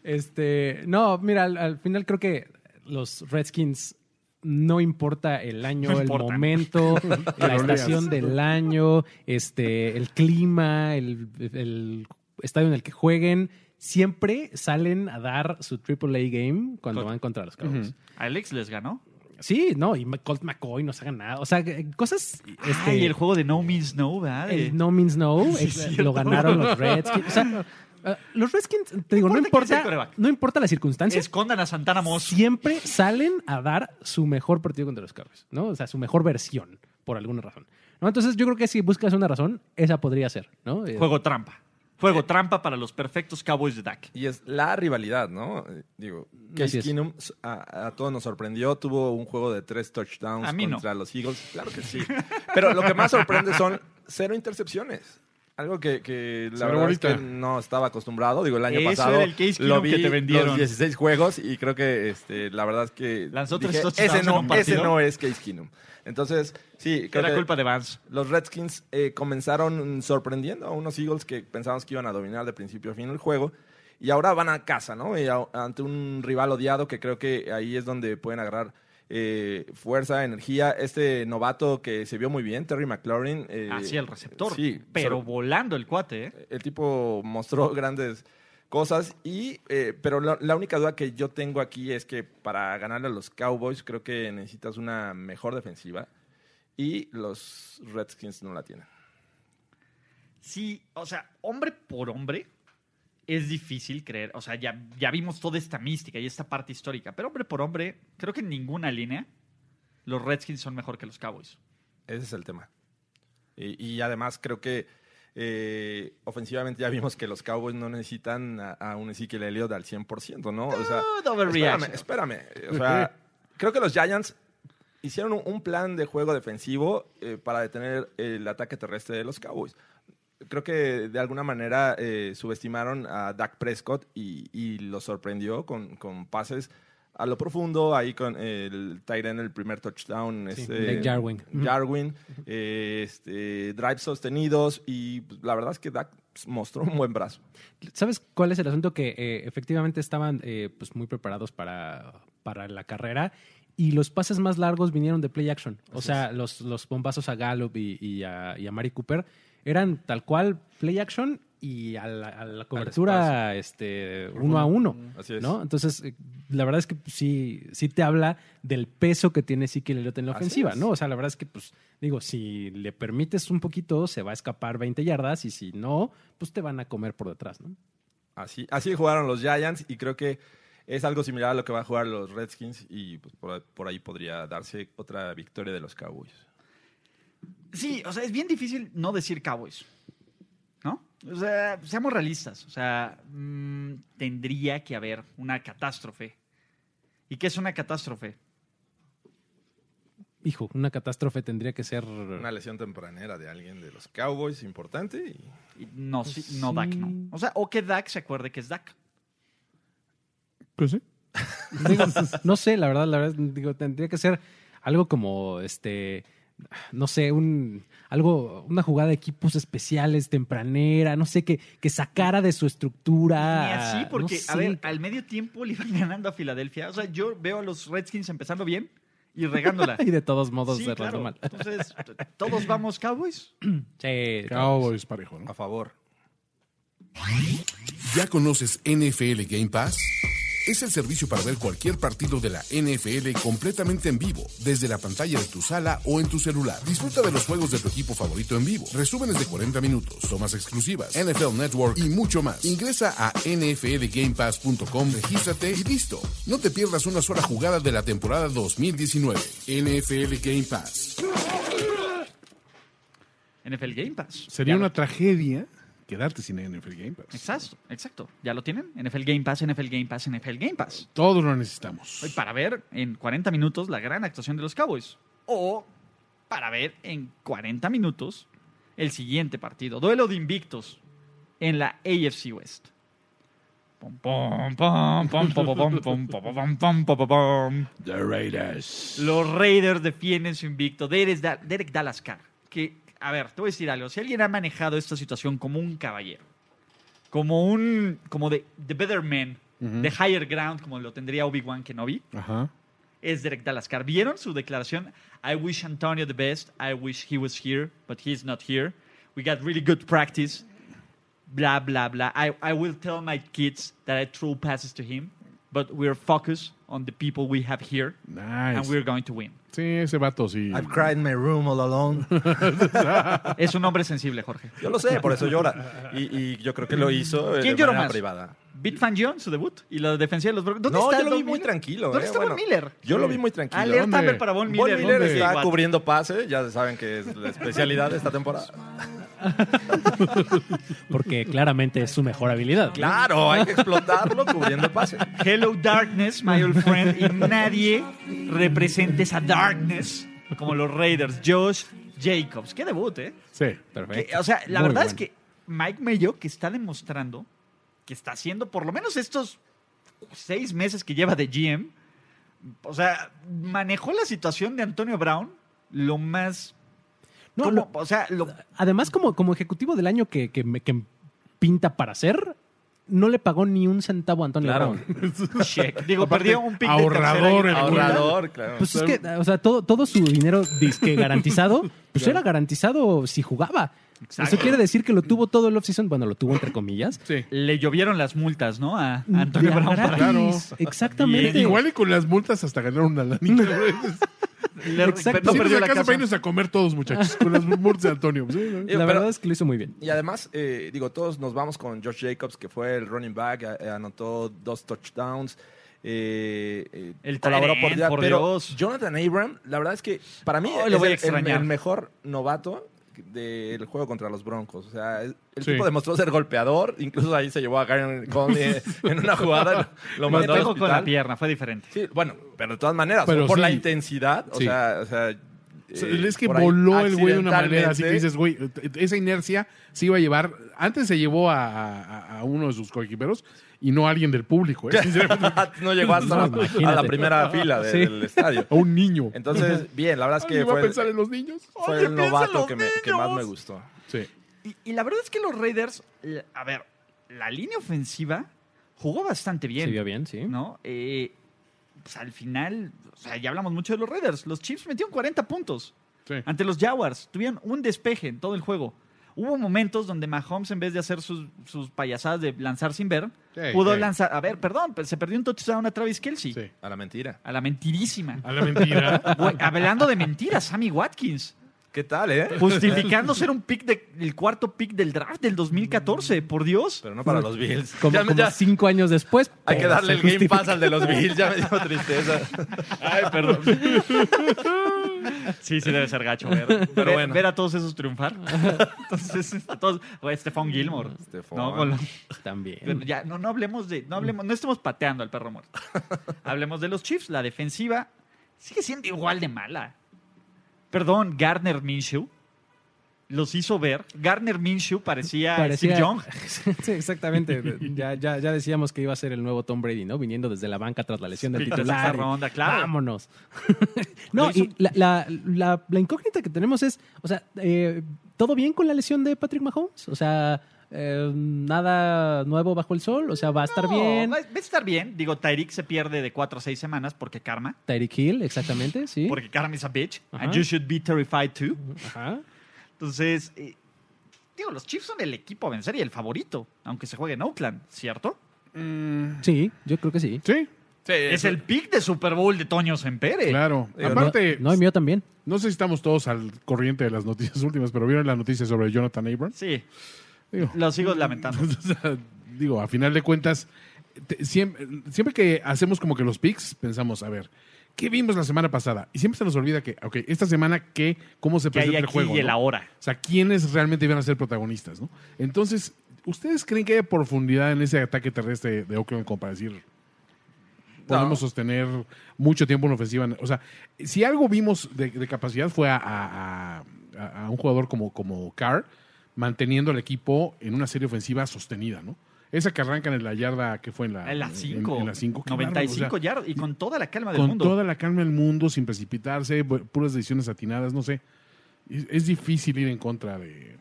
S6: Este, no, mira, al, al final creo que los Redskins no importa el año,
S4: No
S6: el
S4: importan.
S6: momento, la
S5: leas.
S6: estación del año, este, el clima, el, el estadio en el que jueguen, siempre salen a dar su AAA game cuando
S4: Con-
S6: van contra los Cowboys.
S4: Alex les ganó.
S6: Sí, no, y Colt McCoy no se ha ganado. O sea, que- cosas. este,
S4: Ay, el juego de No Means No, ¿verdad? De-
S6: el No Means No,
S4: Sí,
S6: eh,
S4: es
S6: lo
S4: cierto.
S6: ganaron los Redskins. O sea, eh, los Redskins, te digo, no
S4: importa quién sea el
S6: importa,
S4: quarterback.
S6: no importa la circunstancia,
S4: Escondan a Santana Moss.
S6: siempre salen a dar su mejor partido contra los Cowboys, ¿no? O sea, su mejor versión, por alguna razón. ¿No? Entonces, yo creo que si buscas una razón, esa podría ser, ¿no? Eh,
S4: Juego trampa.
S7: Eh.
S4: Juego trampa para los perfectos Cowboys de Dak.
S7: Y es la rivalidad, ¿no? Eh, Digo,
S6: Así
S7: Case
S6: es.
S7: Keenum s- a, a todos nos sorprendió. Tuvo un juego de tres touchdowns
S4: A mí no.
S7: contra los Eagles. Claro que sí. Pero lo que más sorprende son cero intercepciones. Algo que, que la
S5: Señor
S7: verdad es
S5: Bolita.
S7: que no estaba acostumbrado. Digo, el año
S4: Eso
S7: pasado
S4: era el case
S7: lo
S4: kingdom que
S7: vi
S4: te vendieron.
S7: los 16 juegos y creo que este, la verdad es que
S4: Lanzó tres
S7: dije,
S4: touchdowns
S7: ese,
S4: en
S7: no,
S4: un
S7: ese
S4: partido".
S7: no es case kingdom. Entonces, sí, creo
S4: Era
S7: que
S4: culpa de Vance.
S7: los Redskins eh, comenzaron sorprendiendo a unos Eagles que pensábamos que iban a dominar de principio a fin el juego. Y ahora van a casa, ¿no? Y a- ante un rival odiado que creo que ahí es donde pueden agarrar eh, fuerza, energía. Este novato que se vio muy bien, Terry McLaurin. eh,
S4: Hacia Ah, el receptor.
S7: sí,
S4: pero
S7: sor-
S4: volando el cuate, ¿eh?
S7: el tipo mostró grandes cosas y eh, pero la, la única duda que yo tengo aquí es que para ganarle a los Cowboys creo que necesitas una mejor defensiva y los Redskins no la tienen.
S4: Sí, o sea, hombre por hombre es difícil creer. O sea, ya, ya vimos toda esta mística y esta parte histórica. Pero hombre por hombre, creo que en ninguna línea los Redskins son mejor que los Cowboys.
S7: Ese es el tema. Y, y además creo que eh, ofensivamente ya vimos que los Cowboys no necesitan a, a un Ezekiel Elliott al 100%, ¿no? O sea,
S4: Todo overreaction.
S7: Espérame, espérame. O sea, creo que los Giants hicieron un, un plan de juego defensivo eh, para detener el ataque terrestre de los Cowboys. Creo que de alguna manera eh, subestimaron a Dak Prescott y, y lo sorprendió con, con pases a lo profundo, ahí con el Tyren, el primer touchdown.
S6: Sí,
S7: este,
S6: de Jarwin.
S7: Jarwin, eh, este, drives sostenidos y pues, la verdad es que Dak mostró un buen brazo.
S6: ¿Sabes cuál es el asunto? Que eh, efectivamente estaban eh, pues muy preparados para, para la carrera y los pases más largos vinieron de play action. O sea, los, los bombazos a Gallup y, y a, y a Mari Cooper eran tal cual play action y a la, a la cobertura este, uno a uno.
S7: Así es.
S6: ¿no? Entonces, eh, la verdad es que pues, sí, sí te habla del peso que tiene Ezekiel Elliott en la
S7: Así
S6: ofensiva,
S7: es.
S6: ¿no? O sea, la verdad es que, pues, digo, si le permites un poquito, se va a escapar 20 yardas y si no, pues te van a comer por detrás, ¿no?
S7: Así, así jugaron los Giants y creo que es algo similar a lo que van a jugar los Redskins y pues, por, por ahí podría darse otra victoria de los Cowboys.
S4: Sí, o sea, es bien difícil no decir Cowboys. ¿No? O sea, seamos realistas. O sea, mm, tendría que haber una catástrofe. ¿Y qué es una catástrofe?
S6: Hijo, una catástrofe tendría que ser...
S7: Una lesión tempranera de alguien de los Cowboys importante y
S4: Y No, sí- no
S6: Pues
S4: Dak,
S6: Sí.
S4: no. O sea, o que Dak se acuerde que es Dak.
S6: Digo, no sé, la verdad, la verdad, digo, tendría que ser algo como, este, no sé, un algo, una jugada de equipos especiales, tempranera, no sé, que, que sacara de su estructura.
S4: Ni así,
S6: Ah, no
S4: porque, a
S6: sé,
S4: ver, al medio tiempo le iban ganando a Filadelfia. O sea, yo veo a los Redskins empezando bien y regándola.
S6: Y de todos modos
S4: Sí,
S6: se
S4: claro.
S6: claro. mal.
S4: Entonces, t- ¿todos vamos Cowboys?
S6: Sí,
S5: Cowboys parejo, ¿no?
S7: a favor.
S1: ¿Ya conoces NFL Game Pass? Es el servicio para ver cualquier partido de la NFL completamente en vivo, desde la pantalla de tu sala o en tu celular. Disfruta de los juegos de tu equipo favorito en vivo, resúmenes de 40 minutos, tomas exclusivas, NFL Network y mucho más. Ingresa a nflgamepass.com, regístrate y listo. No te pierdas una sola jugada de la temporada 2019. NFL Game Pass.
S4: NFL Game Pass.
S5: pues, Sería
S4: Ya
S5: una
S4: lo-
S5: tragedia quedarte sin NFL Game pues, Pass.
S4: Exacto, exacto. ¿Ya lo tienen? NFL Game Pass, NFL Game Pass, NFL Game Pass.
S5: Todos lo necesitamos.
S4: Hoy Para ver en 40 minutos la gran actuación de los Cowboys. O para ver en 40 minutos el siguiente partido. Duelo de invictos en la AFC West. Pom, pom, pom, pom, pom, pom, pom, pom, pom, pom, pom, pom, pom.
S5: The Raiders.
S4: Los Raiders defienden su invicto. Derek, Da- Derek Dallas Carr. Que, a ver, te voy a decir algo. Si alguien ha manejado esta situación como un caballero, como un. como de The Better Man, de Higher Ground, como lo tendría Obi-Wan Kenobi,
S5: Ajá.
S4: es Derek Dallas Carr. ¿Vieron su declaración? I wish Antonio the best. I wish he was here, but he's not here. We got really good practice. Blah, blah, blah. I, I will tell my kids that I threw passes to him, but we're focused on the people we have here, and
S5: Nice.
S4: we're going to win.
S5: Sí, ese vato sí.
S7: cried in my room all alone.
S4: Es un hombre sensible, Jorge.
S7: Yo lo sé, por eso llora. Y, y yo creo que lo hizo eh,
S4: ¿Quién
S7: de
S4: lloró
S7: manera
S4: más?
S7: privada.
S4: Bitfan John, su debut, y la defensa de los Broncos. ¿Dónde
S7: No,
S4: está
S7: yo lo vi
S4: Von
S7: muy
S4: Miller?
S7: tranquilo.
S4: ¿Dónde
S7: eh,
S4: está
S7: bueno.
S4: Von Miller?
S7: Yo lo vi muy tranquilo.
S4: Alerta
S5: ¿dónde?
S4: para Von
S7: Von
S4: Miller.
S7: Miller
S4: ¿dónde?
S7: está
S4: What?
S7: cubriendo pases, ya saben que es la especialidad de esta temporada.
S6: porque claramente es su mejor habilidad.
S7: Claro, hay que explotarlo cubriendo pases.
S4: Hello Darkness, my old friend. Y nadie representa esa darkness como los Raiders. Josh Jacobs. Qué debut, ¿eh?
S5: Sí.
S6: Perfecto.
S4: Que, o sea, la
S6: Muy
S4: verdad
S6: bueno.
S4: es que Mike Mayo que está demostrando que está haciendo por lo menos estos seis meses que lleva de GM. O sea, manejó la situación de Antonio Brown lo más.
S6: No,
S4: como-
S6: lo-
S4: o sea, lo,
S6: Además, como, como ejecutivo del año que, que me- que pinta para ser, no le pagó ni un centavo a Antonio
S7: Claro.
S6: Brown.
S4: Check. Digo,
S5: Aparte,
S4: perdió un pick de tercera
S5: ahorrador,
S4: y-
S5: el güey.
S7: Ahorrador, claro.
S6: Pues es que, o sea, todo, todo su dinero disque garantizado, pues era garantizado si jugaba. Eso quiere decir que lo tuvo todo el offseason, bueno, lo tuvo entre comillas.
S5: Sí.
S4: Le llovieron las multas, ¿no? A a Antonio
S6: De
S4: Brown.
S6: a
S4: para-
S6: gratis.
S5: Claro.
S6: Exactamente.
S5: Igual y con las multas hasta ganaron una lanita. güey.
S4: Le-
S6: Exacto.
S4: No perdió la
S5: Sí, nos alcanza
S4: pues, casa.
S5: para irnos a comer todos, muchachos. Con las multas de Antonio. Sí, ¿no?
S7: Digo,
S6: La
S7: pero-
S6: verdad es que lo hizo muy bien.
S7: Y además, eh, digo, todos nos vamos con Josh Jacobs, que fue el running back, a- eh, anotó dos touchdowns. eh, eh,
S4: El tight
S7: por,
S4: end,
S7: día,
S4: por
S7: pero
S4: Dios.
S7: Jonathan Abram, la verdad es que para mí
S4: Ay,
S7: es
S4: lo voy a
S7: el- el,
S4: extrañar.
S7: el mejor novato del juego contra los Broncos. O sea, el el
S5: Sí.
S7: tipo demostró ser golpeador. Incluso ahí se llevó a Garen Conley en- en una jugada. Lo
S4: Me
S7: mandó al
S4: pegó con la
S7: hospital.
S4: pierna, fue diferente.
S7: Sí, bueno, pero de todas maneras,
S5: Pero
S7: por la
S5: sí.
S7: intensidad, o
S5: Sí.
S7: sea, o sea,
S5: O sea,
S7: eh,
S5: es que
S7: por ahí
S5: voló el güey de una manera así que
S7: accidentalmente,
S5: dices, güey, e, esa inercia se iba a llevar. Antes se llevó a, a- a uno de sus coequiperos y no a alguien del público, ¿eh? Sinceramente,
S7: no llegó hasta
S6: No,
S7: a la
S6: imagínate.
S7: primera fila de-
S6: Sí.
S7: del estadio.
S5: a un niño.
S7: Entonces, bien, la verdad es
S5: Ay,
S7: que
S5: iba
S7: fue,
S5: a pensar en los niños.
S7: fue el novato que, me- que más me gustó.
S5: Sí.
S4: Y, y la verdad es que los Raiders, la- a ver, la línea ofensiva jugó bastante bien.
S6: Se vio bien, sí.
S4: ¿No? Eh, pues al final, o sea, ya hablamos mucho de los Raiders. Los Chiefs metieron 40 puntos
S5: Sí.
S4: ante los Jaguars. Tuvieron un despeje en todo el juego. Hubo momentos donde Mahomes, en vez de hacer sus, sus payasadas de lanzar sin ver,
S5: Sí,
S4: pudo
S5: sí.
S4: lanzar. A ver, perdón, pero se perdió un touchdown a Travis Kelsey.
S5: Sí.
S7: A la mentira.
S4: A la mentirísima.
S5: A la mentira.
S4: Güey, hablando de mentiras, Sammy Watkins.
S7: ¿Qué tal, eh?
S5: Pues,
S4: Justificando ser un pick de- el cuarto pick del draft del 2014, por Dios.
S7: Pero no para
S5: pues,
S7: los Bills.
S6: Como,
S7: Ya me-
S6: como
S7: ya-
S6: cinco años después.
S7: hay que
S6: pero
S7: darle el
S6: se
S7: Game
S6: justifica.
S7: Pass al de los Bills, ya me dio tristeza.
S4: Este Ay, perdón. Sí, sí debe ser gacho ver, ver,
S7: bueno.
S4: ver a todos esos triunfar. Entonces, a todos, güey, Stephon Gilmore.
S7: Stephon.
S4: No, Con los- pero
S6: También.
S4: ya, no, no hablemos de, no hablemos, no estemos pateando al perro muerto. Hablemos de los Chiefs, la defensiva sigue siendo igual de mala. Perdón, Gardner Minshew los hizo ver. Gardner Minshew parecía, Steve Young.
S6: sí, exactamente. Ya, ya, ya decíamos que iba a ser el nuevo Tom Brady, ¿no? Viniendo desde la banca tras la lesión del
S4: Sí, tras
S6: titular.
S4: esa
S6: y
S4: ronda, claro.
S6: Vámonos. no,
S4: Lo hizo-
S6: y la, la- la- la incógnita que tenemos es, o sea, eh, ¿todo bien con la lesión de Patrick Mahomes? O sea, eh, nada nuevo bajo el sol, o sea, va a estar
S4: No,
S6: bien.
S4: Va va a estar bien. Digo, Tyreek se pierde de 4 a 6 semanas porque karma.
S6: Tyreek Hill, exactamente, sí.
S4: Porque karma is a bitch. And
S6: Ajá.
S4: you should be terrified too.
S6: Ajá.
S4: Entonces, eh, digo, los Chiefs son el equipo a vencer y el favorito. Aunque se juegue en Oakland, ¿cierto?
S6: Sí, yo creo que sí.
S5: Sí,
S4: Es el pick de Super Bowl de Toño Sempere.
S5: Eh, claro. Aparte,
S6: No, no, y mío también.
S5: no sé si estamos todos al corriente de las noticias últimas, pero ¿vieron la noticia sobre Jonathan Abrams?
S4: Sí,
S5: Digo,
S4: lo sigo lamentando.
S5: O sea, digo, a final de cuentas, te- siem- siempre, que hacemos como que los picks, pensamos, a ver, ¿qué vimos la semana pasada? Y siempre se nos olvida que, ok, esta semana, ¿qué? ¿Cómo se
S4: Que hay
S5: presenta el
S4: aquí
S5: juego?
S4: y el
S5: no?
S4: ahora.
S5: O sea, ¿quiénes realmente iban a ser protagonistas? ¿no? Entonces, ¿ustedes creen que hay profundidad en ese ataque terrestre de Oakland como para decir, podemos sostener mucho tiempo una ofensiva? O sea, si algo vimos de, de capacidad fue a, a- a- a un jugador como, como Carr manteniendo al equipo en una serie ofensiva sostenida, ¿no? Esa que arrancan en la yarda que fue Ah, en la
S4: En las 5.
S5: en- en la cinco, qué bárbaro, o sea,
S4: 95 yardas. Y con toda la calma del
S5: con
S4: mundo.
S5: toda la calma del mundo, sin precipitarse, bu- puras decisiones atinadas, no sé. Es, es difícil ir en contra de.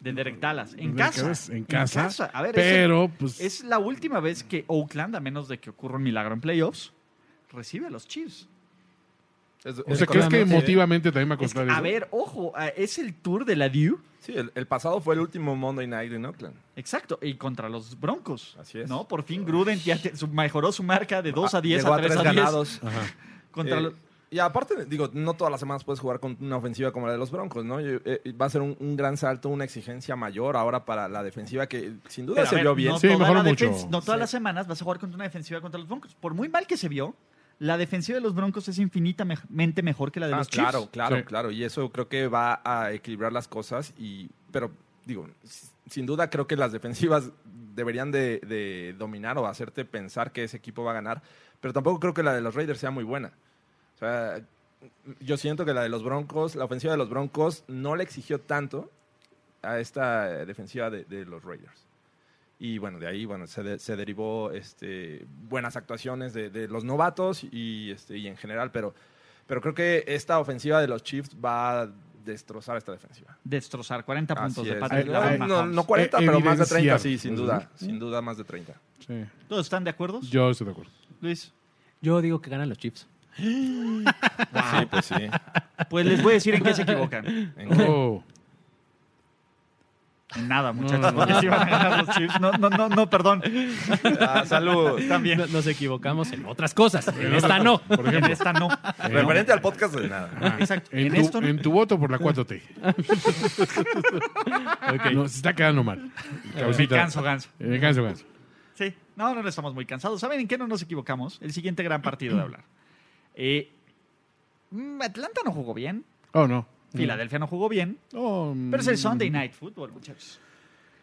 S4: De Derek Dallas. En
S5: de-
S4: casa.
S5: En casa.
S4: A ver, es el-
S5: pero, pues.
S4: Es la última vez que Oakland, a menos de que ocurra un milagro en playoffs, recibe a los Chiefs.
S5: o
S7: Es-
S5: sea, ¿crees que
S7: efectivamente,
S5: emotivamente también va a
S4: Es que,
S5: costar
S4: a
S5: eso?
S4: ver, ojo, a- es el tour de la Dew.
S7: Sí, el, el pasado fue el último Monday Night en Oakland.
S4: Exacto, y contra los Broncos.
S7: Así es.
S4: ¿no? Por fin Gruden ya te- su- mejoró su marca de 2 a 10
S7: Ah, Llegó
S4: a 3 a 10.
S7: ganados.
S4: Contra
S7: Eh,
S4: los-
S7: Y aparte, digo, no todas las semanas puedes jugar con una ofensiva como la de los Broncos, ¿no? Yo- eh, va a ser un, un gran salto, una exigencia mayor ahora para la defensiva que sin duda
S4: Pero a
S7: se
S4: ver,
S7: vio bien.
S4: No,
S5: Sí,
S4: toda
S5: mejoró
S4: la
S5: mucho.
S4: defensa- no todas las semanas vas a jugar contra una defensiva contra los Broncos. Por muy mal que se vio, la defensiva de los Broncos es infinitamente mejor que la de
S7: Ah,
S4: los Chiefs.
S7: claro, claro,
S5: Sí.
S7: claro. Y eso creo que va a equilibrar las cosas. Y, pero, digo, s- sin duda creo que las defensivas deberían de, de dominar o hacerte pensar que ese equipo va a ganar. Pero tampoco creo que la de los Raiders sea muy buena. O sea, yo siento que la de los Broncos, la ofensiva de los Broncos no le exigió tanto a esta eh, defensiva de, de los Raiders. Y bueno, de ahí bueno, se, de- se derivó este, buenas actuaciones de, de los novatos y, este, y en general, pero, pero creo que esta ofensiva de los Chiefs va a destrozar esta defensiva.
S4: Destrozar 40 puntos
S7: Así
S4: de
S7: es. Eh,
S4: Patrick
S5: Ay,
S4: Mahomes.
S5: ay,
S7: No, no 40, pero más de 30, sí, sin
S5: Evidenciar.
S7: duda. Sin duda, más de 30.
S5: Sí.
S4: ¿Todos están de acuerdo?
S5: Yo estoy de acuerdo.
S4: Luis.
S6: Yo digo que ganan los Chiefs.
S7: Sí, pues sí.
S4: Ah, Pues les voy a decir en qué se equivocan.
S7: En-
S5: Oh,
S4: Nada, muchachos, porque sí van a ganar los Chiefs. No, no, no, no, perdón.
S7: Ah, salud.
S4: También.
S6: No- Nos equivocamos en otras cosas. En esta no.
S5: por
S4: En
S5: ejemplo, Eh,
S4: esta no.
S7: Referente al podcast de nada.
S4: Exacto.
S5: en
S4: En
S5: tu,
S4: esto no.
S5: en tu voto por la 4T. No, se está quedando mal. Eh,
S4: Me
S5: Causita.
S4: canso, ganso.
S5: Me canso, canso.
S4: Sí, no, no, no estamos muy cansados. ¿Saben en qué no nos equivocamos? El siguiente gran partido de hablar. Eh, mm, Atlanta no jugó bien,
S5: Oh, no.
S4: Filadelfia no jugó bien,
S5: Oh, mm,
S4: pero es el Sunday Night Football, muchachos.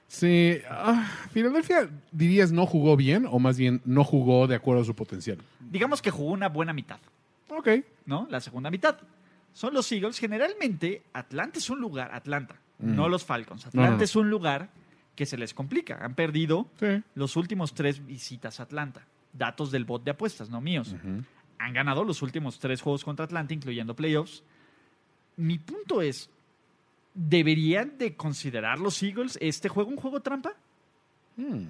S5: Sí. ah, Filadelfia, dirías, no jugó bien, o más bien, no jugó de acuerdo a su potencial.
S4: Digamos que jugó una buena mitad,
S5: Ok.
S4: ¿no? La segunda mitad. Son los Eagles. Generalmente, Atlanta es un lugar, Atlanta, no los Falcons. Atlanta
S5: Mm. no, no.
S4: es un lugar que se les complica. Han perdido
S5: Sí.
S4: los últimos tres visitas a Atlanta. Datos del bot de apuestas, no míos. Han ganado los últimos tres juegos contra Atlanta, incluyendo playoffs. Mi punto es, ¿deberían de considerar los Eagles este juego un juego trampa?
S5: Mm,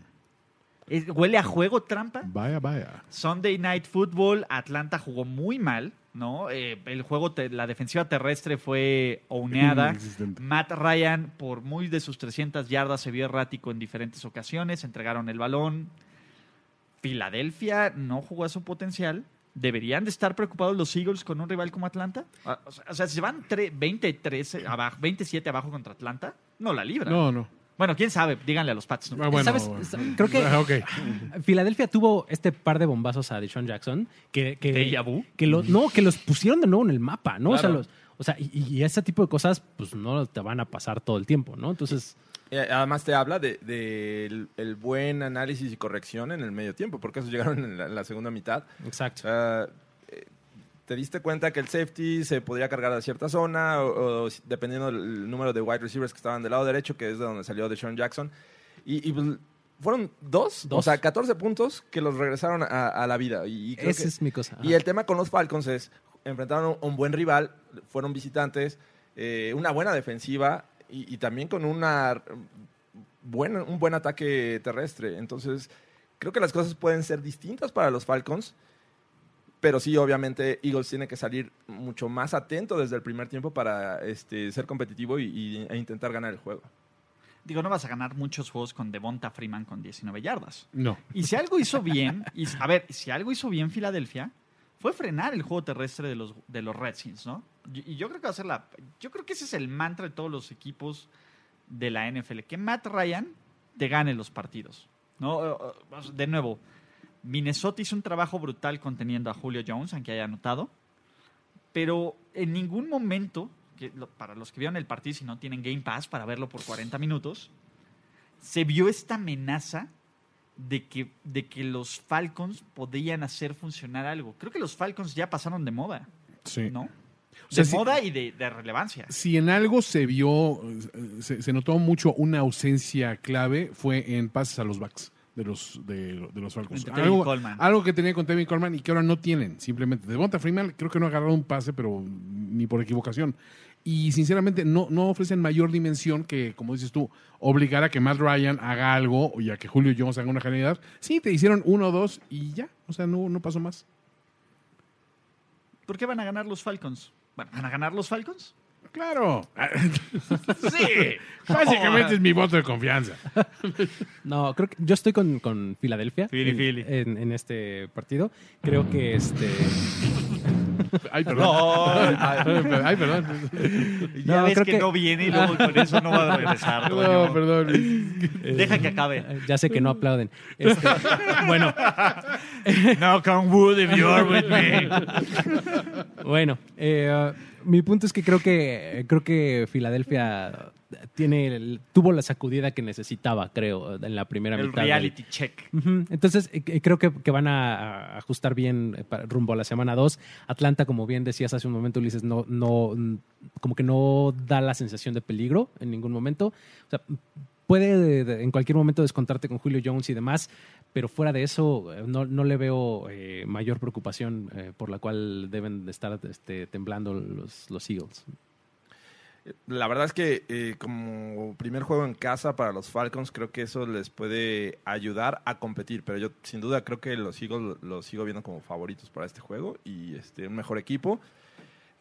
S4: ¿Es- ¿Huele a juego trampa?
S5: Vaya, vaya.
S4: Sunday Night Football, Atlanta jugó muy mal, ¿no? Eh, el juego, te- la defensiva terrestre fue oneada.
S5: Inexistente.
S4: Matt Ryan, por muy de sus 300 yardas, se vio errático en diferentes ocasiones, entregaron el balón. Filadelfia no jugó a su potencial. ¿Deberían de estar preocupados los Eagles con un rival como Atlanta? Ah, O sea, o sea, si se van tre- 23 abajo, 27 abajo contra Atlanta, no la libran.
S5: No, no.
S4: Bueno, quién sabe, díganle a los Pats. ¿no?
S5: Ah, bueno.
S6: ¿Sabes? Creo que
S5: Ah, ok.
S6: Filadelfia tuvo este par de bombazos a Deshaun Jackson que, que,
S5: eh,
S4: Déjà vu.
S6: que lo- no, que los pusieron de nuevo en el mapa, ¿no? O sea,
S7: Claro.
S6: los, o sea, y, y ese tipo de cosas, pues no te van a pasar todo el tiempo, ¿no? Entonces,
S7: Eh, Además te habla del de, el- el buen análisis y corrección en el medio tiempo, porque esos llegaron en la, en la segunda mitad. O
S6: exacto.
S7: sea, eh, te diste cuenta que el safety se podría cargar a cierta zona, o, o si- dependiendo del número de wide receivers que estaban del lado derecho, que es de donde salió Deshaun Jackson. Y, y, pues, fueron dos, o
S6: Dos.
S7: sea, 14 puntos que los regresaron a, a la vida. Y, y creo
S6: Esa
S7: que-
S6: es mi cosa.
S7: y el tema con los Falcons es, enfrentaron a un buen rival, fueron visitantes, eh, una buena defensiva y, y también con una buena, un buen ataque terrestre. Entonces, creo que las cosas pueden ser distintas para los Falcons, pero sí, obviamente, Eagles tiene que salir mucho más atento desde el primer tiempo para este, ser competitivo y, y- e intentar ganar el juego.
S4: Digo, no vas a ganar muchos juegos con Devonta Freeman con 19 yardas.
S5: No.
S4: Y si algo hizo bien, y, a ver, si algo hizo bien Filadelfia, fue frenar el juego terrestre de los, de los Redskins, ¿no? Y, y yo creo que va a ser la. Yo creo que ese es el mantra de todos los equipos de la NFL, que Matt Ryan te gane los partidos, ¿no? Eh, eh, vamos, De nuevo, Minnesota hizo un trabajo brutal conteniendo a Julio Jones, aunque haya anotado, pero en ningún momento, que lo- para los que vieron el partido, si no tienen Game Pass para verlo por 40 minutos, se vio esta amenaza de que, de que los Falcons podían hacer funcionar algo. Creo que los Falcons ya pasaron de moda,
S5: Sí.
S4: ¿no?
S5: sea,
S4: De
S5: sí-
S4: moda y de, de relevancia.
S5: Si en algo se vio, eh, se, se notó mucho una ausencia clave fue en pases a los backs de los de, de los Falcons.
S4: Entre Tevin
S5: Algo,
S4: Coleman.
S5: algo que tenía con Tevin Coleman y que ahora no tienen, simplemente. Devonta Freeman creo que no agarraron un pase, pero ni por equivocación. Y sinceramente no, no ofrecen mayor dimensión que, como dices tú, obligar a que Matt Ryan haga algo y a que Julio Jones haga una genialidad. Sí, te hicieron uno o dos y ya. O sea, no, no pasó más.
S4: ¿Por qué van a ganar los Falcons? Bueno, ¿Van a ganar los Falcons?
S5: Claro.
S4: Sí.
S5: Básicamente es mi voto de confianza.
S6: No, creo que yo estoy con, con Filadelfia
S4: Fili,
S6: en,
S4: fili.
S6: en- en este partido. Creo que este.
S5: Ay, perdón. Ay, perdón.
S4: Ya
S6: No,
S4: ves
S6: creo
S4: que,
S6: que-
S4: no viene y luego con eso no va a regresar.
S5: No,
S4: Toño.
S5: perdón.
S4: Deja que acabe.
S6: eh, Ya sé que no aplauden. Este, bueno,
S5: Eh.
S4: No, con wood if you are with me.
S6: Bueno, eh, mi punto es que creo que creo que Filadelfia tiene el- tuvo la sacudida que necesitaba, creo, en la primera
S4: El
S6: mitad. del-
S4: reality check.
S6: Ujú. Entonces, eh, eh, creo que, que van a a ajustar bien eh, para- rumbo a la semana 2. Atlanta, como bien decías hace un momento, Ulises, no, no, mm, como que no da la sensación de peligro en ningún momento. O sea, m- puede de- de- en cualquier momento descontarte con Julio Jones y demás, pero fuera de eso, eh, no, no le veo eh, mayor preocupación eh, por la cual deben de estar este, temblando los, los Eagles.
S7: La verdad es que eh, como primer juego en casa para los Falcons, creo que eso les puede ayudar a competir. Pero yo sin duda creo que los Eagles los sigo viendo como favoritos para este juego y este, un mejor equipo.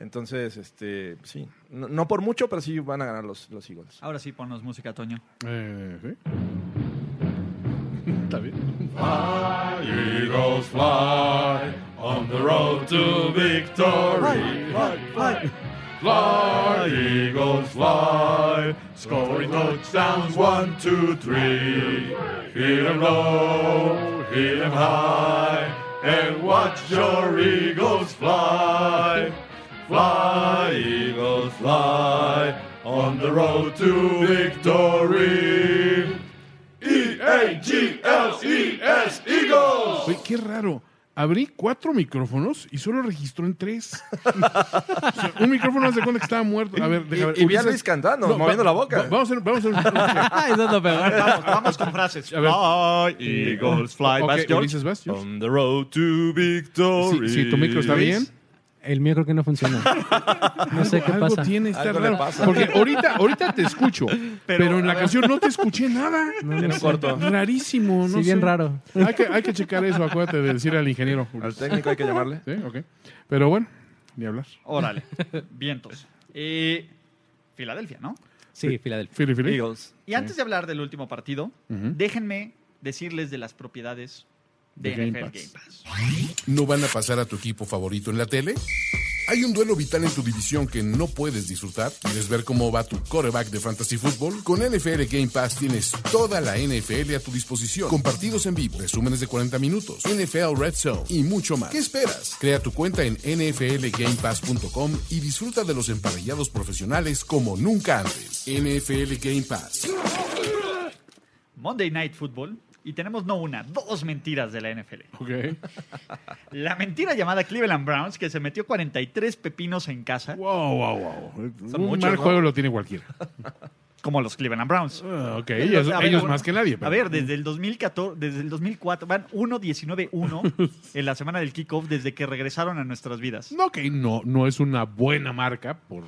S7: Entonces, este, sí, no, no por mucho, pero sí van a ganar los, los Eagles.
S4: Ahora sí ponnos música, Toño.
S5: Eh, sí. Está bien.
S7: E
S5: Oye, qué raro. Abrí cuatro micrófonos y solo registró en tres. O sea, un micrófono hace cuenta que estaba muerto. A ver,
S7: Y,
S5: déjame ver.
S7: y vi a
S5: Ulises-
S7: Luis cantando,
S5: No,
S7: moviendo
S5: va-
S7: la boca.
S5: va- vamos a hacer, vamos a hacer un-
S6: Eso es lo peor.
S4: Vamos, vamos con frases.
S5: ver.
S4: Fly,
S7: Eagles fly,
S5: Ok,
S7: vas, George. Oh,
S5: Ulises, vas, George.
S7: On the road to victory.
S5: Si, si tu micro está bien,
S6: El mío creo que no funciona. No sé qué
S5: algo
S6: pasa.
S5: tiene está
S7: Algo le
S5: raro.
S7: pasa.
S5: Porque ahorita, ahorita te escucho, pero, en
S4: Ah,
S5: la canción no te escuché nada.
S7: Tiene un corto.
S5: Rarísimo, no
S6: Sí, bien
S5: sé.
S6: raro.
S5: Hay que, hay que checar eso, acuérdate de decir al ingeniero.
S7: Al técnico hay que llamarle.
S5: Sí, ok. Pero bueno, ni hablar.
S4: Órale. Vientos. Eh, Filadelfia, ¿no?
S6: Sí, Filadelfia.
S5: Fili, fili.
S7: Eagles.
S4: Y antes de hablar del último partido,
S5: Ujú.
S4: déjenme decirles de las propiedades de,
S5: De Game
S4: NFL
S5: Pass.
S4: Game Pass.
S1: ¿No van a pasar a tu equipo favorito en la tele? ¿Hay un duelo vital en tu división que no puedes disfrutar? ¿Quieres ver cómo va tu coreback de fantasy fútbol? Con NFL Game Pass tienes toda la NFL a tu disposición, con partidos en vivo, resúmenes de 40 minutos, NFL Red Zone y mucho más. ¿Qué esperas? Crea tu cuenta en nflgamepass.com y disfruta de los emparellados profesionales como nunca antes. NFL Game Pass.
S4: Monday Night Football. Y tenemos no una, dos mentiras de la NFL.
S5: Ok.
S4: La mentira llamada Cleveland Browns, que se metió 43 pepinos en casa,
S5: Wow, wow, wow.
S7: Son
S5: un
S7: muchos,
S5: mal
S7: ¿no?
S5: juego lo tiene cualquiera.
S4: como los Cleveland Browns.
S5: Ah, ok,
S4: Entonces,
S5: ellos,
S4: a ver,
S5: ellos
S4: bueno,
S5: más que nadie. pero-
S4: A ver, desde el 2014, desde el 2004, van 1-19-1 en la semana del kickoff desde que regresaron a nuestras vidas.
S5: No, que no, no es una buena marca por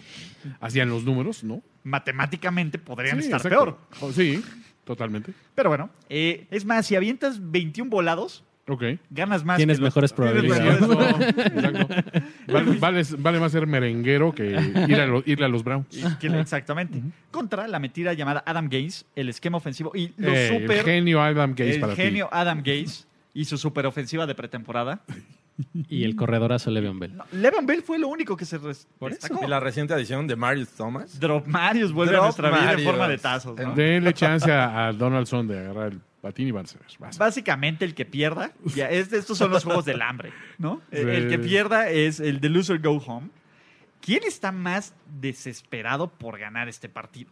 S5: hacían los números, ¿no?
S4: Matemáticamente podrían
S5: Sí,
S4: estar
S5: exacto.
S4: peor.
S5: Oh, sí, totalmente.
S4: Pero bueno, eh, es más, si avientas 21 volados,
S5: Ok.
S4: ganas más.
S6: Tienes
S4: que los-
S6: mejores
S5: Sí,
S4: Tienes
S6: probabilidades.
S5: cierto,
S4: mejores
S5: exacto. Vale, vale- vale más ser merenguero que ir a, lo- irle a los Browns.
S4: Que la- Exactamente. Contra la mentira llamada Adam Gaze, el esquema ofensivo y lo
S5: Eh, El
S4: super.
S5: genio Adam Gaze
S4: el
S5: para ti.
S4: genio Adam Gaze y su superofensiva de pretemporada.
S6: Y el corredorazo Le'Veon Bell.
S4: No, Levan Bell fue lo único que se res- destacó.
S7: Y la reciente adición de Marius Thomas.
S4: Drop Marius vuelve
S7: Drop
S4: a nuestra vida en
S7: Marius.
S4: forma de tazos. ¿no?
S5: Denle chance a, a Donaldson de agarrar el patín y van a ser. vas.
S4: Básicamente el que pierda, ya, es- estos son los juegos del hambre, ¿no? El, el que
S5: Sí.
S4: pierda es el de loser go home. ¿Quién está más desesperado por ganar este partido?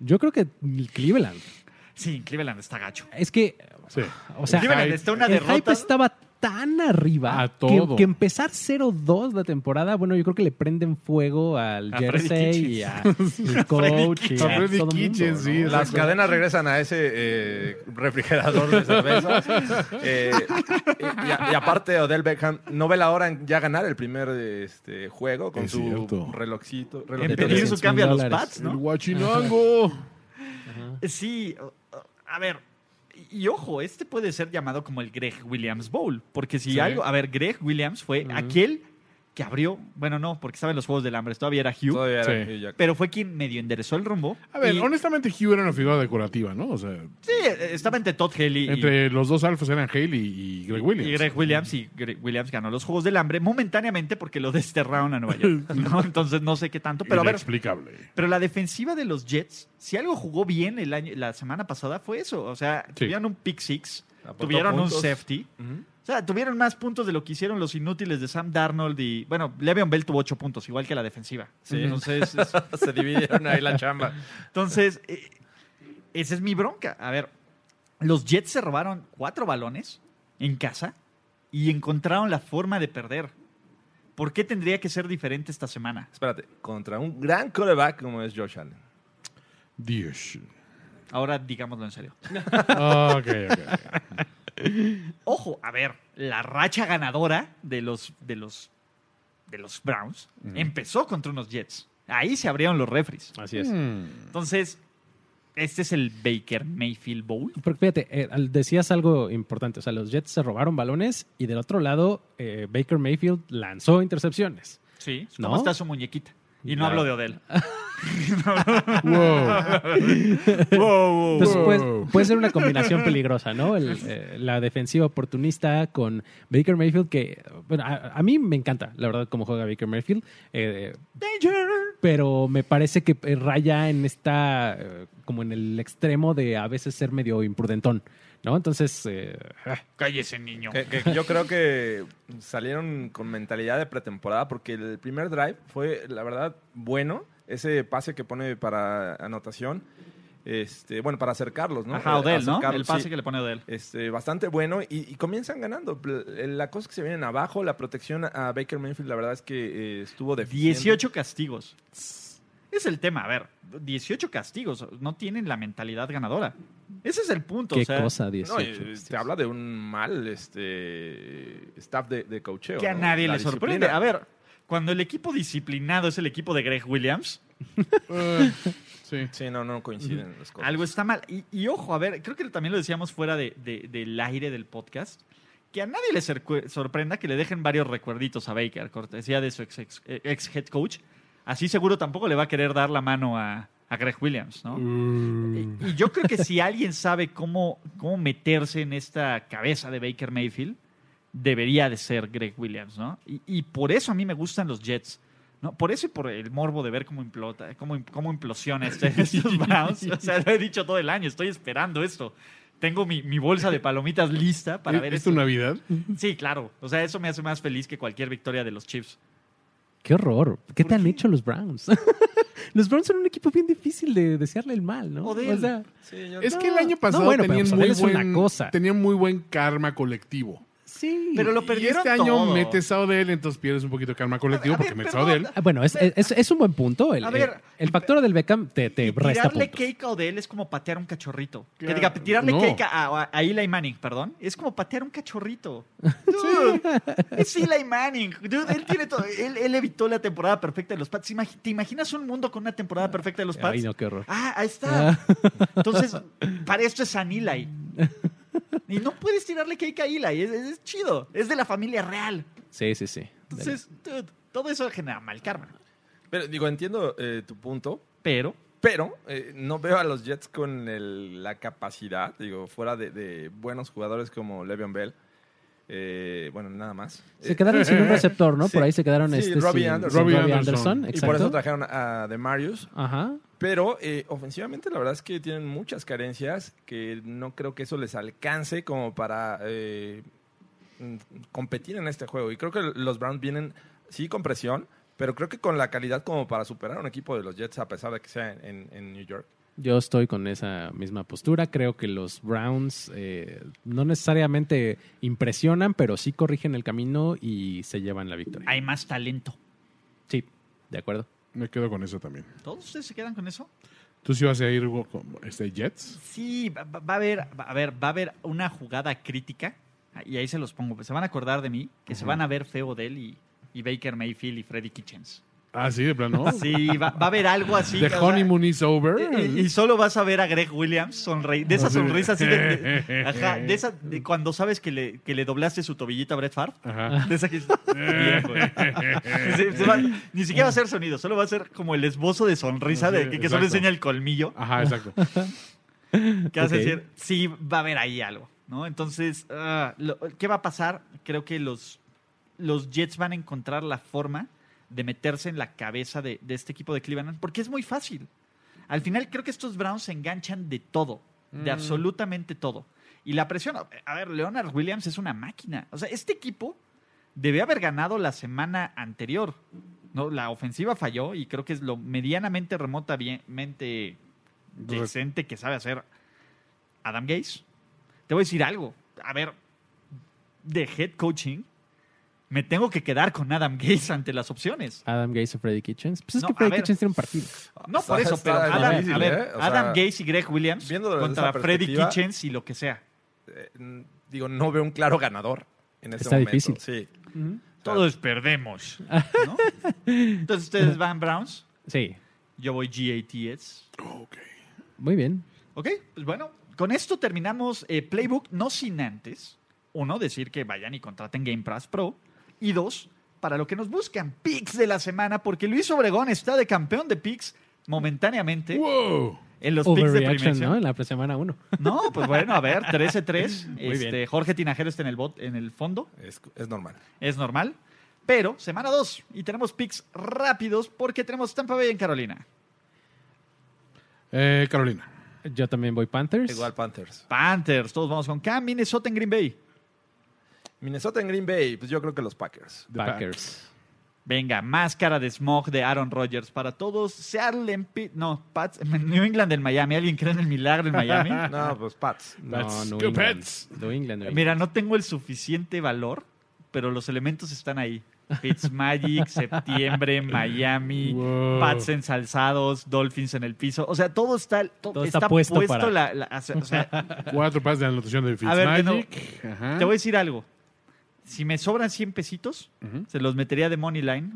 S6: Yo creo que Cleveland.
S4: Sí, Cleveland está gacho.
S6: Es que,
S5: Sí.
S6: o sea,
S4: Cleveland
S5: hype.
S4: está una
S6: el
S4: derrota.
S6: hype estaba tan arriba
S5: A
S6: que-
S5: todo.
S6: Que, empezar 0-2 la temporada, bueno, yo creo que le prenden fuego al
S4: A
S6: jersey
S4: Freddy
S6: y a el coach y
S5: A
S6: a
S5: Freddy
S6: todo el mundo,
S5: Kitchen,
S6: ¿no?
S5: sí.
S7: Las
S5: exacto.
S7: cadenas regresan a ese eh, refrigerador de cerveza. Eh, y, y a- y aparte, Odell Beckham no ve la hora en ya ganar el primer este, juego con
S5: Es
S7: su
S5: cierto.
S7: relojcito.
S4: en
S7: relojito de-
S4: pedir su
S6: 300,000
S4: cambio a los
S6: dólares.
S4: Pats,
S5: El
S4: ¿no? Eh,
S5: guachinango.
S4: Sí, o- o- a ver. Y, y ojo, este puede ser llamado como el Greg Williams Bowl. Porque si
S5: Sí.
S4: algo. A ver, Greg Williams fue aquel que abrió. Bueno, no, porque estaba en los juegos del hambre, todavía era Hugh.
S7: Todavía era
S5: Sí.
S7: Hugh Jackman.
S4: Pero fue quien medio enderezó el rumbo.
S5: A ver,
S4: Y-
S5: honestamente, Hugh era una figura decorativa, ¿no? O sea,
S4: Sí, estaba entre Todd Haley y-
S5: entre los dos alfas eran Haley y Greg Williams.
S4: y Greg Williams. Y Greg Williams ganó los Juegos del Hambre momentáneamente porque lo desterraron a Nueva York. ¿no? Entonces no sé qué tanto. Pero a ver,
S5: Inexplicable.
S4: pero la defensiva de los Jets, si algo jugó bien el año, la semana pasada fue eso. O sea, tuvieron un pick six.
S7: Aportó
S4: tuvieron un
S7: puntos.
S4: safety.
S7: Ujú.
S4: O sea, tuvieron más puntos de lo que hicieron los inútiles de Sam Darnold y. Bueno, Le'Veon Bell tuvo ocho puntos, igual que la defensiva. Entonces, es-
S7: Se dividieron ahí la chamba.
S4: entonces eh, esa es mi bronca. A ver, los Jets se robaron cuatro balones en casa y encontraron la forma de perder. ¿Por qué tendría que ser diferente esta semana?
S7: Espérate, contra un gran coreback como es Josh Allen.
S5: Dios.
S4: Ahora digámoslo en serio.
S5: Ok, ok.
S4: Ojo, a ver, la racha ganadora de los, de los, de los Browns empezó contra unos Jets. Ahí se abrieron los refries.
S6: Así es.
S4: Entonces, este es el Baker Mayfield Bowl.
S6: Porque fíjate, eh, al- decías algo importante. O sea, los Jets se robaron balones y del otro lado, eh, Baker Mayfield lanzó intercepciones.
S4: Sí. ¿Cómo
S6: ¿No?
S4: está su muñequita? Y no
S6: Ah.
S4: hablo de Odell.
S5: Wow.
S6: Entonces,
S5: Wow.
S6: puede, Pues, puede ser una combinación peligrosa, ¿no? El, eh, la defensiva oportunista con Baker Mayfield, que bueno, a, a mí me encanta, la verdad, cómo juega Baker Mayfield. Eh, Pero me parece que eh, raya en esta, eh, como en el extremo de a veces ser medio imprudentón, ¿no? Entonces, eh,
S4: Cállese, niño.
S7: Que- que yo creo que salieron con mentalidad de pretemporada porque el primer drive fue, la verdad, bueno. Ese pase que pone para anotación. Este, bueno, para acercarlos, ¿no?
S4: Ajá,
S7: Eh,
S4: Odell, ¿no?
S7: acercarlos,
S4: El pase
S7: sí.
S4: que le pone Odell.
S7: este, bastante bueno y, y comienzan ganando. Pl- eh, La cosa es que se vienen abajo, la protección a Baker Mayfield, la verdad es que eh, estuvo de
S4: 18 castigos. Es el tema, a ver, 18 castigos. No tienen la mentalidad ganadora. Ese es el punto.
S6: qué
S4: o sea,
S6: cosa, 18.
S7: No, eh, se habla de un mal este, staff de, de coacheo.
S4: Que a
S7: ¿no?
S4: nadie
S7: La
S4: le sorprende.
S7: disciplina.
S4: A ver, cuando el equipo disciplinado es el equipo de Greg Williams,
S5: Sí.
S7: Sí, no, no coinciden las cosas.
S4: algo está mal. Y, y ojo, a ver, creo que también lo decíamos fuera de- de- del aire del podcast. Que a nadie le sorcu- sorprenda que le dejen varios recuerditos a Baker, cortesía de su ex, ex- eh, ex head coach. Así seguro tampoco le va a querer dar la mano a, a Greg Williams, ¿no? Y- Y yo creo que si alguien sabe cómo, cómo meterse en esta cabeza de Baker Mayfield, debería de ser Greg Williams, ¿no? Y, y por eso a mí me gustan los Jets. ¿no? Por eso y por el morbo de ver cómo implota, cómo, im- cómo implosiona este, estos Browns. O sea, lo he dicho todo el año, estoy esperando esto. Tengo mi, mi bolsa de palomitas lista para
S5: ¿Es-
S4: ver
S5: ¿Es
S4: esto.
S5: tu Navidad?
S4: Sí, claro. O sea, eso me hace más feliz que cualquier victoria de los Chiefs.
S6: Qué horror. ¿Qué
S4: ¿Por
S6: te han
S4: qué?
S6: hecho los Browns? los Browns son un equipo bien difícil de desearle el mal, ¿no?
S4: Joder.
S6: O sea,
S7: Sí, yo-
S5: Es que el
S6: No,
S5: año pasado
S6: no, bueno, pero,
S5: tenían,
S6: pues,
S5: muy
S6: es una
S5: buen,
S6: cosa.
S5: tenían muy buen karma colectivo.
S6: sí.
S4: Pero lo
S5: Y
S4: perdieron
S5: este año
S4: todo.
S5: metes a Odell, entonces pierdes un poquito de karma colectivo
S4: A ver,
S5: porque metes a
S4: perdón,
S5: Odell.
S6: Ah, Bueno, es, es- es un buen punto. El,
S4: A ver,
S6: el factor del Beckham te, te resta
S4: tirarle
S6: puntos.
S4: cake a Odell es como patear un cachorrito. Que
S5: Claro,
S4: diga, tirarle
S5: no.
S4: cake a, a- a Eli Manning, perdón, es como patear un cachorrito. Dude, es Eli Manning. Dude, él tiene todo. Él, él evitó la temporada perfecta de los Pats. Imag- ¿Te imaginas un mundo con una temporada perfecta de los Pats?
S6: Ay, no, qué horror.
S4: Ah, ahí está. Entonces, para esto es San Eli. Y no puedes tirarle cake a Eli. Es, es- es chido. Es de la familia real.
S6: Sí, sí, sí.
S4: Entonces, dude, todo eso genera mal karma.
S7: Pero digo, entiendo eh, tu punto,
S4: Pero,
S7: pero eh, no veo a los Jets con el- la capacidad, digo, fuera de, de buenos jugadores como Le'Veon Bell. Eh, bueno, nada más.
S6: se
S7: Eh,
S6: quedaron sin un receptor, ¿no?
S7: sí.
S6: Por ahí se quedaron
S7: Sí,
S6: este,
S7: Robbie
S6: sin-
S7: Anderson.
S6: sin Robbie
S5: Robbie
S6: Anderson,
S5: Anderson.
S7: y
S6: exacto.
S7: por eso trajeron a De Marius.
S6: Ajá.
S7: Pero eh, ofensivamente la verdad es que tienen muchas carencias que no creo que eso les alcance como para eh, mm, competir en este juego. Y creo que los Browns vienen sí con presión, pero creo que con la calidad como para superar a un equipo de los Jets a pesar de que sea en, en New York.
S6: Yo estoy con esa misma postura. Creo que los Browns eh, no necesariamente impresionan, pero sí corrigen el camino y se llevan la victoria.
S4: hay más talento.
S6: Sí, de acuerdo.
S5: Me quedo con eso también.
S4: ¿Todos ustedes se quedan con eso?
S5: ¿Tú sí vas a ir con este, Jets?
S4: Sí, va, va- va a haber, va- a ver, va a haber una jugada crítica ah, y ahí se los pongo. Se van a acordar de mí que se van a ver feo Odell y, y Baker Mayfield y Freddy Kitchens.
S5: Ah, sí, de plano.
S4: Sí, va, va a haber algo así.
S5: The
S4: que, o sea, eh,
S5: honeymoon is over.
S4: y, y solo vas a ver a Greg Williams sonreír. De esa
S5: Así de-
S4: sonrisa así de. de- ajá, de esa. de cuando sabes que le, que le doblaste su tobillito a Brett Favre.
S5: Ajá.
S4: De esa que. Bien, güey. Sí, se va- ni siquiera va a ser sonido, solo va a ser como el esbozo de sonrisa de que, que solo
S5: Exacto.
S4: enseña el colmillo.
S5: Ajá, exacto.
S4: ¿Qué vas a
S6: Ok.
S4: decir? Sí, va a haber ahí algo, ¿no? Entonces, ah, lo- ¿qué va a pasar? Creo que los, los Jets van a encontrar la forma de meterse en la cabeza de, de este equipo de Cleveland, porque es muy fácil. Al final creo que estos Browns se enganchan de todo, de absolutamente todo. y la presión. A ver, Leonard Williams es una máquina. O sea, este equipo debe haber ganado la semana anterior. ¿no? La ofensiva falló y creo que es lo medianamente remota, bien- mente decente que sabe hacer Adam Gaze. Te voy a decir algo. A ver, de head coaching, me tengo que quedar con Adam Gaze ante las opciones.
S6: Adam Gates o Freddy Kitchens. Pues es
S4: No,
S6: que
S4: a
S6: Freddy
S4: ver.
S6: Kitchens tiene un partido.
S4: No
S7: Está-
S4: por eso,
S7: está
S4: pero Adam,
S7: difícil,
S4: a ver,
S7: ¿eh? O sea,
S4: Adam Gaze y Greg Williams
S7: viéndolo desde
S4: contra
S7: esa
S4: Freddy
S7: perspectiva-
S4: Kitchens y lo que sea.
S7: eh, n- digo, no veo un claro ganador en este
S6: Está
S7: momento.
S6: difícil.
S7: Sí.
S4: Todos perdemos. ¿no? Entonces ustedes van Browns,
S6: Sí.
S4: yo voy GATS.
S6: Muy bien.
S4: Ok, pues bueno, con esto terminamos eh, Playbook, no sin antes, uno, decir que vayan y contraten Game Pass Pro, y dos, para lo que nos buscan, picks de la semana, porque Luis Obregón está de campeón de picks momentáneamente
S5: ¡Wow!
S4: en los picks de
S6: Overreaction,
S4: primera.
S6: ¿no? En la semana 1.
S4: No, pues bueno, a ver, 13-3.
S6: Muy bien.
S4: Este, Jorge Tinajero está en el bot, en el fondo,
S7: Es, es normal.
S4: es normal. Pero semana 2 y tenemos picks rápidos porque tenemos Tampa Bay en Carolina.
S5: Eh, Carolina.
S6: Yo también voy Panthers.
S7: Igual Panthers.
S4: Panthers, todos vamos con Cam, Minnesota en Green Bay.
S7: Minnesota en Green Bay, pues yo creo que los Packers.
S5: The
S6: Packers.
S4: Venga, máscara de smog de Aaron Rodgers para todos. Seattle en Pi- no, Pats, New England en Miami. ¿Alguien cree en el milagro en Miami?
S7: No, pues Pats.
S6: No, New
S5: Go
S6: England.
S5: Pats.
S6: New England. New
S4: Mira, no tengo el suficiente valor, pero los elementos están ahí. Fitzmagic, septiembre, Miami,
S5: Wow.
S4: Pats ensalzados, Dolphins en el piso. O sea, todo está, to-
S6: Todo está puesto para-
S4: la- la- hacia- o sea,
S5: Cuatro pases de anotación de
S4: A ver, que no-
S5: Fitzmagic. Ajá.
S4: te voy a decir algo. Si me sobran 100 pesitos,
S5: Ujú.
S4: se los metería de Money Line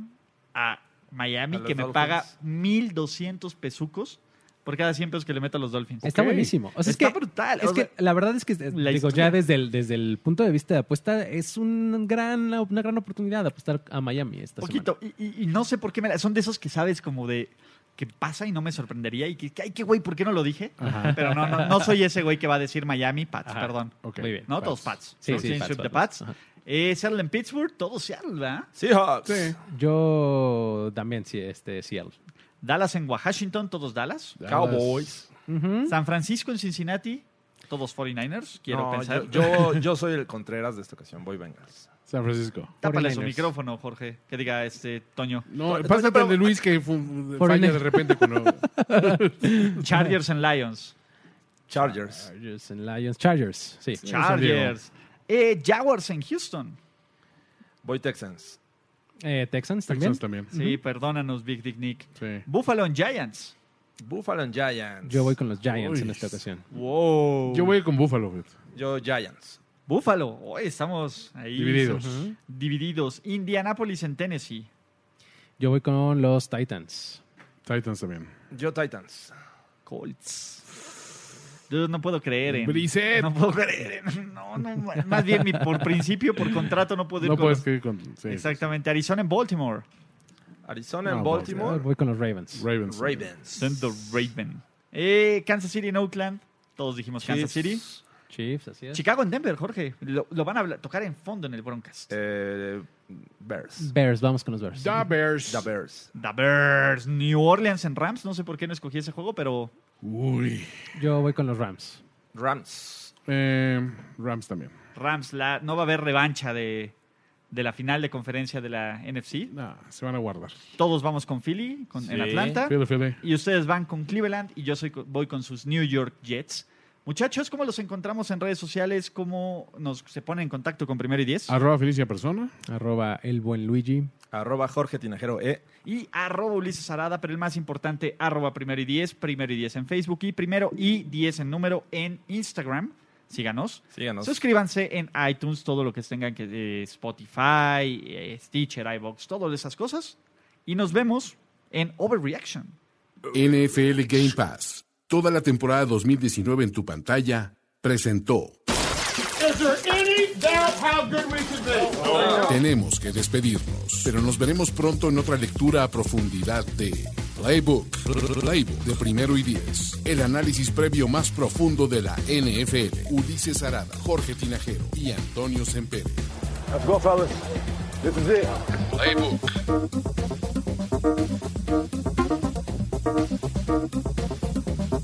S4: a Miami,
S7: A los
S4: que me
S7: Dolphins.
S4: paga 1.200 pesos por cada 100 pesos que le meto a los Dolphins.
S6: Está
S5: Ok.
S6: buenísimo. O sea,
S4: Está
S6: es que,
S4: brutal.
S6: Es
S4: O sea,
S6: que la verdad es que, eh,
S4: la
S6: digo,
S4: historia.
S6: ya desde el, desde el punto de vista de apuesta, es un gran, una gran oportunidad de apostar a Miami esta
S4: poquito. Y, y- y no sé por qué me la- Son de esos que sabes como de que pasa y no me sorprendería y que, que, ay, qué güey, ¿por qué no lo dije? Pero no, no, no soy ese güey que va a decir Miami, Pats,
S6: Ajá.
S4: perdón.
S5: Ok.
S6: Muy bien.
S4: No,
S6: Pats.
S4: todos Pats.
S6: Sí,
S4: ¿no?
S6: sí,
S4: Clean
S6: Pats,
S4: sweep de
S6: Pats,
S4: Pats.
S6: Pats.
S4: Eh, Seattle en Pittsburgh, todo Seattle, ¿verdad?
S7: Seahawks.
S5: Sí.
S6: semana. Yo también, sí, este, Seattle.
S4: Dallas en Washington, todos Dallas.
S7: Cowboys.
S6: Ujú.
S4: San Francisco en Cincinnati, todos 49ers, quiero
S7: No,
S4: pensar.
S7: Yo, yo, yo soy el Contreras de esta ocasión. Voy Bengals.
S5: San Francisco.
S4: Tápale su
S6: 49ers.
S4: micrófono, Jorge, que diga este Toño.
S5: No,
S7: Toño,
S5: pasa
S7: pero-
S5: el de Luis que fu-
S6: Por
S5: falla
S6: el-
S5: de repente cuando...
S4: Chargers en Lions.
S7: Chargers.
S6: Chargers and Lions. Chargers, sí.
S4: Chargers. Eh, Jaguars en Houston.
S7: Voy Texans.
S6: Eh, Texans también.
S5: Texans también.
S4: Sí, perdónanos, Big Dick Nick.
S5: Sí.
S4: Buffalo en Giants.
S7: Buffalo and Giants.
S6: Yo voy con los Giants
S5: Uy.
S6: en esta ocasión.
S4: Wow.
S5: Yo voy con Buffalo. fíjate.
S7: Yo Giants.
S4: Buffalo. Hoy estamos ahí.
S5: Divididos.
S4: Divididos. Indianapolis en Tennessee.
S6: Yo voy con los Titans.
S5: Titans también.
S7: Yo Titans.
S4: Colts. Yo no puedo creer en.
S5: Brissett.
S4: No puedo creer en. No, no. Más bien, mi- por principio, por contrato, no puedo ir
S5: No
S4: con
S5: puedes
S4: los-
S5: que ir con... sí.
S4: Exactamente. Arizona en Baltimore.
S7: Arizona en
S5: No,
S7: Baltimore.
S6: pues, Voy con los Ravens.
S5: Ravens.
S7: Ravens.
S4: Send the Raven. Eh, Kansas City en Oakland. Todos dijimos Kansas City.
S7: Chiefs.
S6: Chiefs, así es.
S4: Chicago en Denver, Jorge. Lo, lo van a habla- tocar en fondo en el Broncast.
S7: Eh, Bears.
S6: Bears, vamos con los Bears.
S5: Da Ah, Bears.
S7: The Bears.
S4: The Bears, New Orleans en Rams. No sé por qué no escogí ese juego, pero
S5: Uy.
S6: Yo voy con los Rams.
S7: Rams.
S5: Eh, Rams también.
S4: Rams la, no va a haber revancha de, de la final de conferencia de la NFC.
S5: Nah, se van a guardar.
S4: Todos vamos con Philly, con, en
S7: Sí.
S4: Atlanta.
S5: Fede, Fede.
S4: Y ustedes van con Cleveland y yo soy, co- voy con sus New York Jets. Muchachos, ¿cómo los encontramos en redes sociales? ¿Cómo nos se ponen en contacto con Primero y Diez?
S5: Arroba Felicia Persona.
S6: Arroba el buen Luigi.
S7: Arroba Jorge Tinajero E.
S4: y arroba Ulises Arada, pero el más importante, arroba primero y diez, primero y diez en Facebook y primero y diez en número en Instagram. Síganos.
S7: Síganos.
S4: Suscríbanse en iTunes, todo lo que tengan que eh, Spotify, eh, Stitcher, iBox, todas esas cosas. Y nos vemos en Overreaction.
S1: NFL Game Pass. Toda la temporada 2019 en tu pantalla presentó. Tenemos que despedirnos, pero nos veremos pronto en otra lectura a profundidad de Playbook, Playbook de primero y diez, el análisis previo más profundo de la NFL. Ulises Arada, Jorge Tinajero y Antonio Sempere. Playbook.